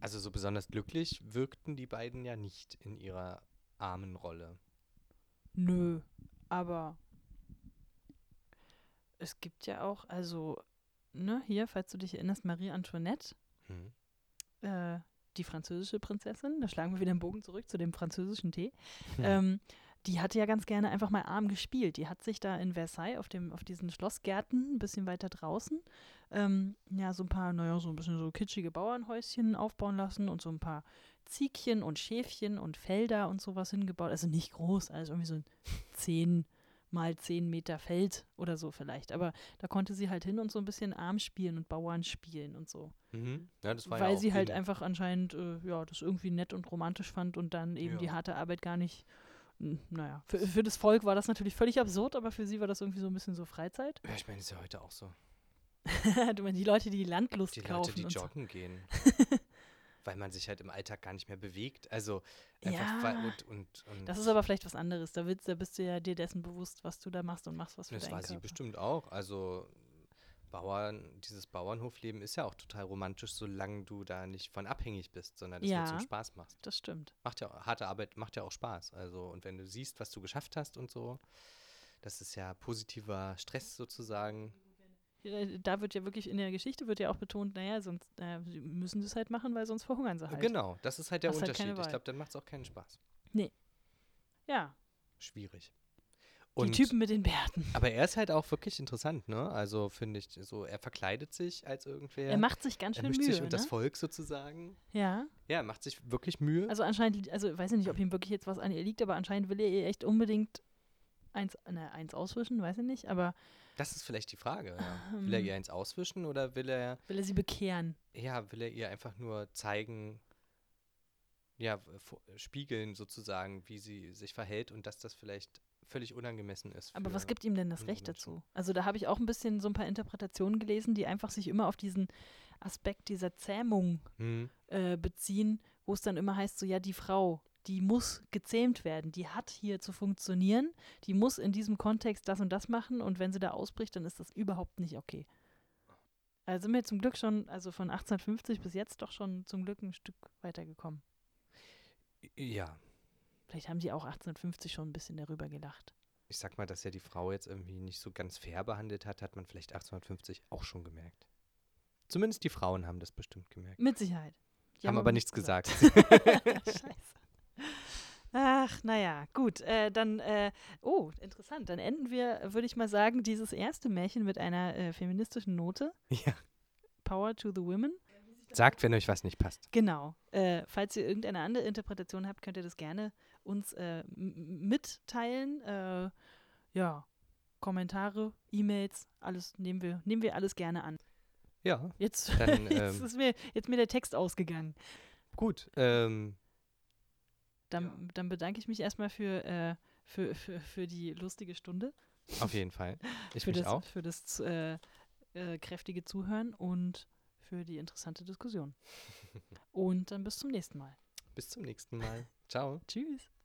[SPEAKER 2] Also so besonders glücklich wirkten die beiden ja nicht in ihrer armen Rolle.
[SPEAKER 1] Nö, aber es gibt ja auch, also, ne, hier, falls du dich erinnerst, Marie Antoinette,
[SPEAKER 2] Hm?
[SPEAKER 1] äh, die französische Prinzessin, da schlagen wir wieder den Bogen zurück zu dem französischen Tee,
[SPEAKER 2] Hm.
[SPEAKER 1] ähm, die hatte ja ganz gerne einfach mal arm gespielt. Die hat sich da in Versailles auf, dem, auf diesen Schlossgärten, ein bisschen weiter draußen, ähm, ja, so ein paar, naja, so ein bisschen so kitschige Bauernhäuschen aufbauen lassen und so ein paar Ziegchen und Schäfchen und Felder und sowas hingebaut. Also nicht groß, also irgendwie so ein 10 mal 10 Meter Feld oder so vielleicht. Aber da konnte sie halt hin und so ein bisschen arm spielen und Bauern spielen und so
[SPEAKER 2] Mhm. Ja, das war ja
[SPEAKER 1] weil
[SPEAKER 2] auch
[SPEAKER 1] sie halt
[SPEAKER 2] eben-
[SPEAKER 1] einfach anscheinend äh, ja das irgendwie nett und romantisch fand und dann eben
[SPEAKER 2] Ja.
[SPEAKER 1] die harte Arbeit gar nicht n- naja, für, für das Volk war das natürlich völlig absurd, aber für sie war das irgendwie so ein bisschen so Freizeit. *laughs*
[SPEAKER 2] Ja, ich meine, ist ja heute auch so.
[SPEAKER 1] Du meinst, die Leute, die Landlust
[SPEAKER 2] Die
[SPEAKER 1] kaufen
[SPEAKER 2] Leute, die
[SPEAKER 1] und so.
[SPEAKER 2] joggen
[SPEAKER 1] *laughs*
[SPEAKER 2] gehen. weil man sich halt im Alltag gar nicht mehr bewegt. Also einfach weil-
[SPEAKER 1] Ja.
[SPEAKER 2] und, und, und
[SPEAKER 1] Das ist aber vielleicht was anderes. Da, willst, da bist du ja dir dessen bewusst, was du da machst und machst was für
[SPEAKER 2] Das
[SPEAKER 1] deinen
[SPEAKER 2] war sie
[SPEAKER 1] Körper.
[SPEAKER 2] bestimmt auch. Also Bauern, dieses Bauernhofleben ist ja auch total romantisch, solange du da nicht von abhängig bist, sondern es dir
[SPEAKER 1] Ja.
[SPEAKER 2] zum Spaß machst.
[SPEAKER 1] Das stimmt.
[SPEAKER 2] Macht ja harte Arbeit macht ja auch Spaß. Also und wenn du siehst, was du geschafft hast und so, das ist ja positiver Stress sozusagen.
[SPEAKER 1] Äh, Da wird ja wirklich in der Geschichte wird ja auch betont, naja, sonst äh, sie müssen das halt machen, weil sonst verhungern sie halt.
[SPEAKER 2] Genau, das ist halt der
[SPEAKER 1] Hast halt
[SPEAKER 2] Unterschied.
[SPEAKER 1] keine
[SPEAKER 2] ich
[SPEAKER 1] Wahl.
[SPEAKER 2] glaube, dann macht es auch keinen Spaß.
[SPEAKER 1] Ja,
[SPEAKER 2] Schwierig.
[SPEAKER 1] die Typen mit den Bärten.
[SPEAKER 2] Aber er ist halt auch wirklich interessant, ne? Also finde ich so, er verkleidet sich als irgendwer.
[SPEAKER 1] Er macht sich ganz
[SPEAKER 2] er
[SPEAKER 1] schön
[SPEAKER 2] mischt
[SPEAKER 1] Mühe,
[SPEAKER 2] sich und das
[SPEAKER 1] ne?
[SPEAKER 2] Volk sozusagen.
[SPEAKER 1] Ja.
[SPEAKER 2] Ja, er macht sich wirklich Mühe.
[SPEAKER 1] Also anscheinend, li- also weiß ich nicht, ob ihm wirklich jetzt was an ihr liegt, aber anscheinend will er ihr echt unbedingt eins, ne, eins auswischen, weiß ich nicht, aber
[SPEAKER 2] Das ist vielleicht die Frage. Ja. Will er
[SPEAKER 1] Ähm.
[SPEAKER 2] ihr eins auswischen oder will er,
[SPEAKER 1] will er sie bekehren.
[SPEAKER 2] ja, will er ihr einfach nur zeigen, ja, w- vor- spiegeln sozusagen, wie sie sich verhält und dass das vielleicht völlig unangemessen ist.
[SPEAKER 1] Aber was
[SPEAKER 2] für-
[SPEAKER 1] gibt ihm denn das
[SPEAKER 2] andere
[SPEAKER 1] Recht
[SPEAKER 2] Menschen.
[SPEAKER 1] dazu? Also da habe ich auch ein bisschen so ein paar Interpretationen gelesen, die einfach sich immer auf diesen Aspekt dieser Zähmung
[SPEAKER 2] Hm,
[SPEAKER 1] äh, beziehen, wo es dann immer heißt, so ja, die Frau, die muss gezähmt werden, die hat hier zu funktionieren, die muss in diesem Kontext das und das machen und wenn sie da ausbricht, dann ist das überhaupt nicht okay. Also sind wir zum Glück schon, also von 1850 bis jetzt doch schon zum Glück ein Stück weitergekommen.
[SPEAKER 2] Ja,
[SPEAKER 1] Vielleicht haben sie auch 1850 schon ein bisschen darüber gelacht.
[SPEAKER 2] ich sag mal, dass er die Frau jetzt irgendwie nicht so ganz fair behandelt hat, hat man vielleicht 1850 auch schon gemerkt. Zumindest die Frauen haben das bestimmt gemerkt.
[SPEAKER 1] Mit Sicherheit. Die
[SPEAKER 2] haben aber nichts
[SPEAKER 1] *laughs*
[SPEAKER 2] gesagt. *laughs*
[SPEAKER 1] Scheiße. Ach, naja, gut. Äh, dann, äh, oh, interessant. Dann enden wir, würde ich mal sagen, dieses erste Märchen mit einer äh, feministischen Note.
[SPEAKER 2] ja.
[SPEAKER 1] Power to the Women.
[SPEAKER 2] Sagt, wenn euch was nicht passt.
[SPEAKER 1] Genau. Äh, falls ihr irgendeine andere Interpretation habt, könnt ihr das gerne uns äh, m- m- mitteilen. Äh, ja, Kommentare, E-Mails, alles nehmen wir, nehmen wir alles gerne an.
[SPEAKER 2] Ja.
[SPEAKER 1] Jetzt, *laughs*
[SPEAKER 2] Dann,
[SPEAKER 1] jetzt
[SPEAKER 2] ähm,
[SPEAKER 1] ist mir jetzt mir der Text ausgegangen.
[SPEAKER 2] Gut, ähm,
[SPEAKER 1] Dann,
[SPEAKER 2] Ja.
[SPEAKER 1] dann bedanke ich mich erstmal für, äh, für, für, für die lustige Stunde.
[SPEAKER 2] auf jeden Fall. Ich
[SPEAKER 1] für
[SPEAKER 2] mich
[SPEAKER 1] das,
[SPEAKER 2] auch.
[SPEAKER 1] Für das äh, äh, kräftige Zuhören und für die interessante
[SPEAKER 2] *laughs*
[SPEAKER 1] Diskussion. und dann bis zum nächsten Mal.
[SPEAKER 2] Bis zum nächsten Mal. Ciao.
[SPEAKER 1] Tschüss.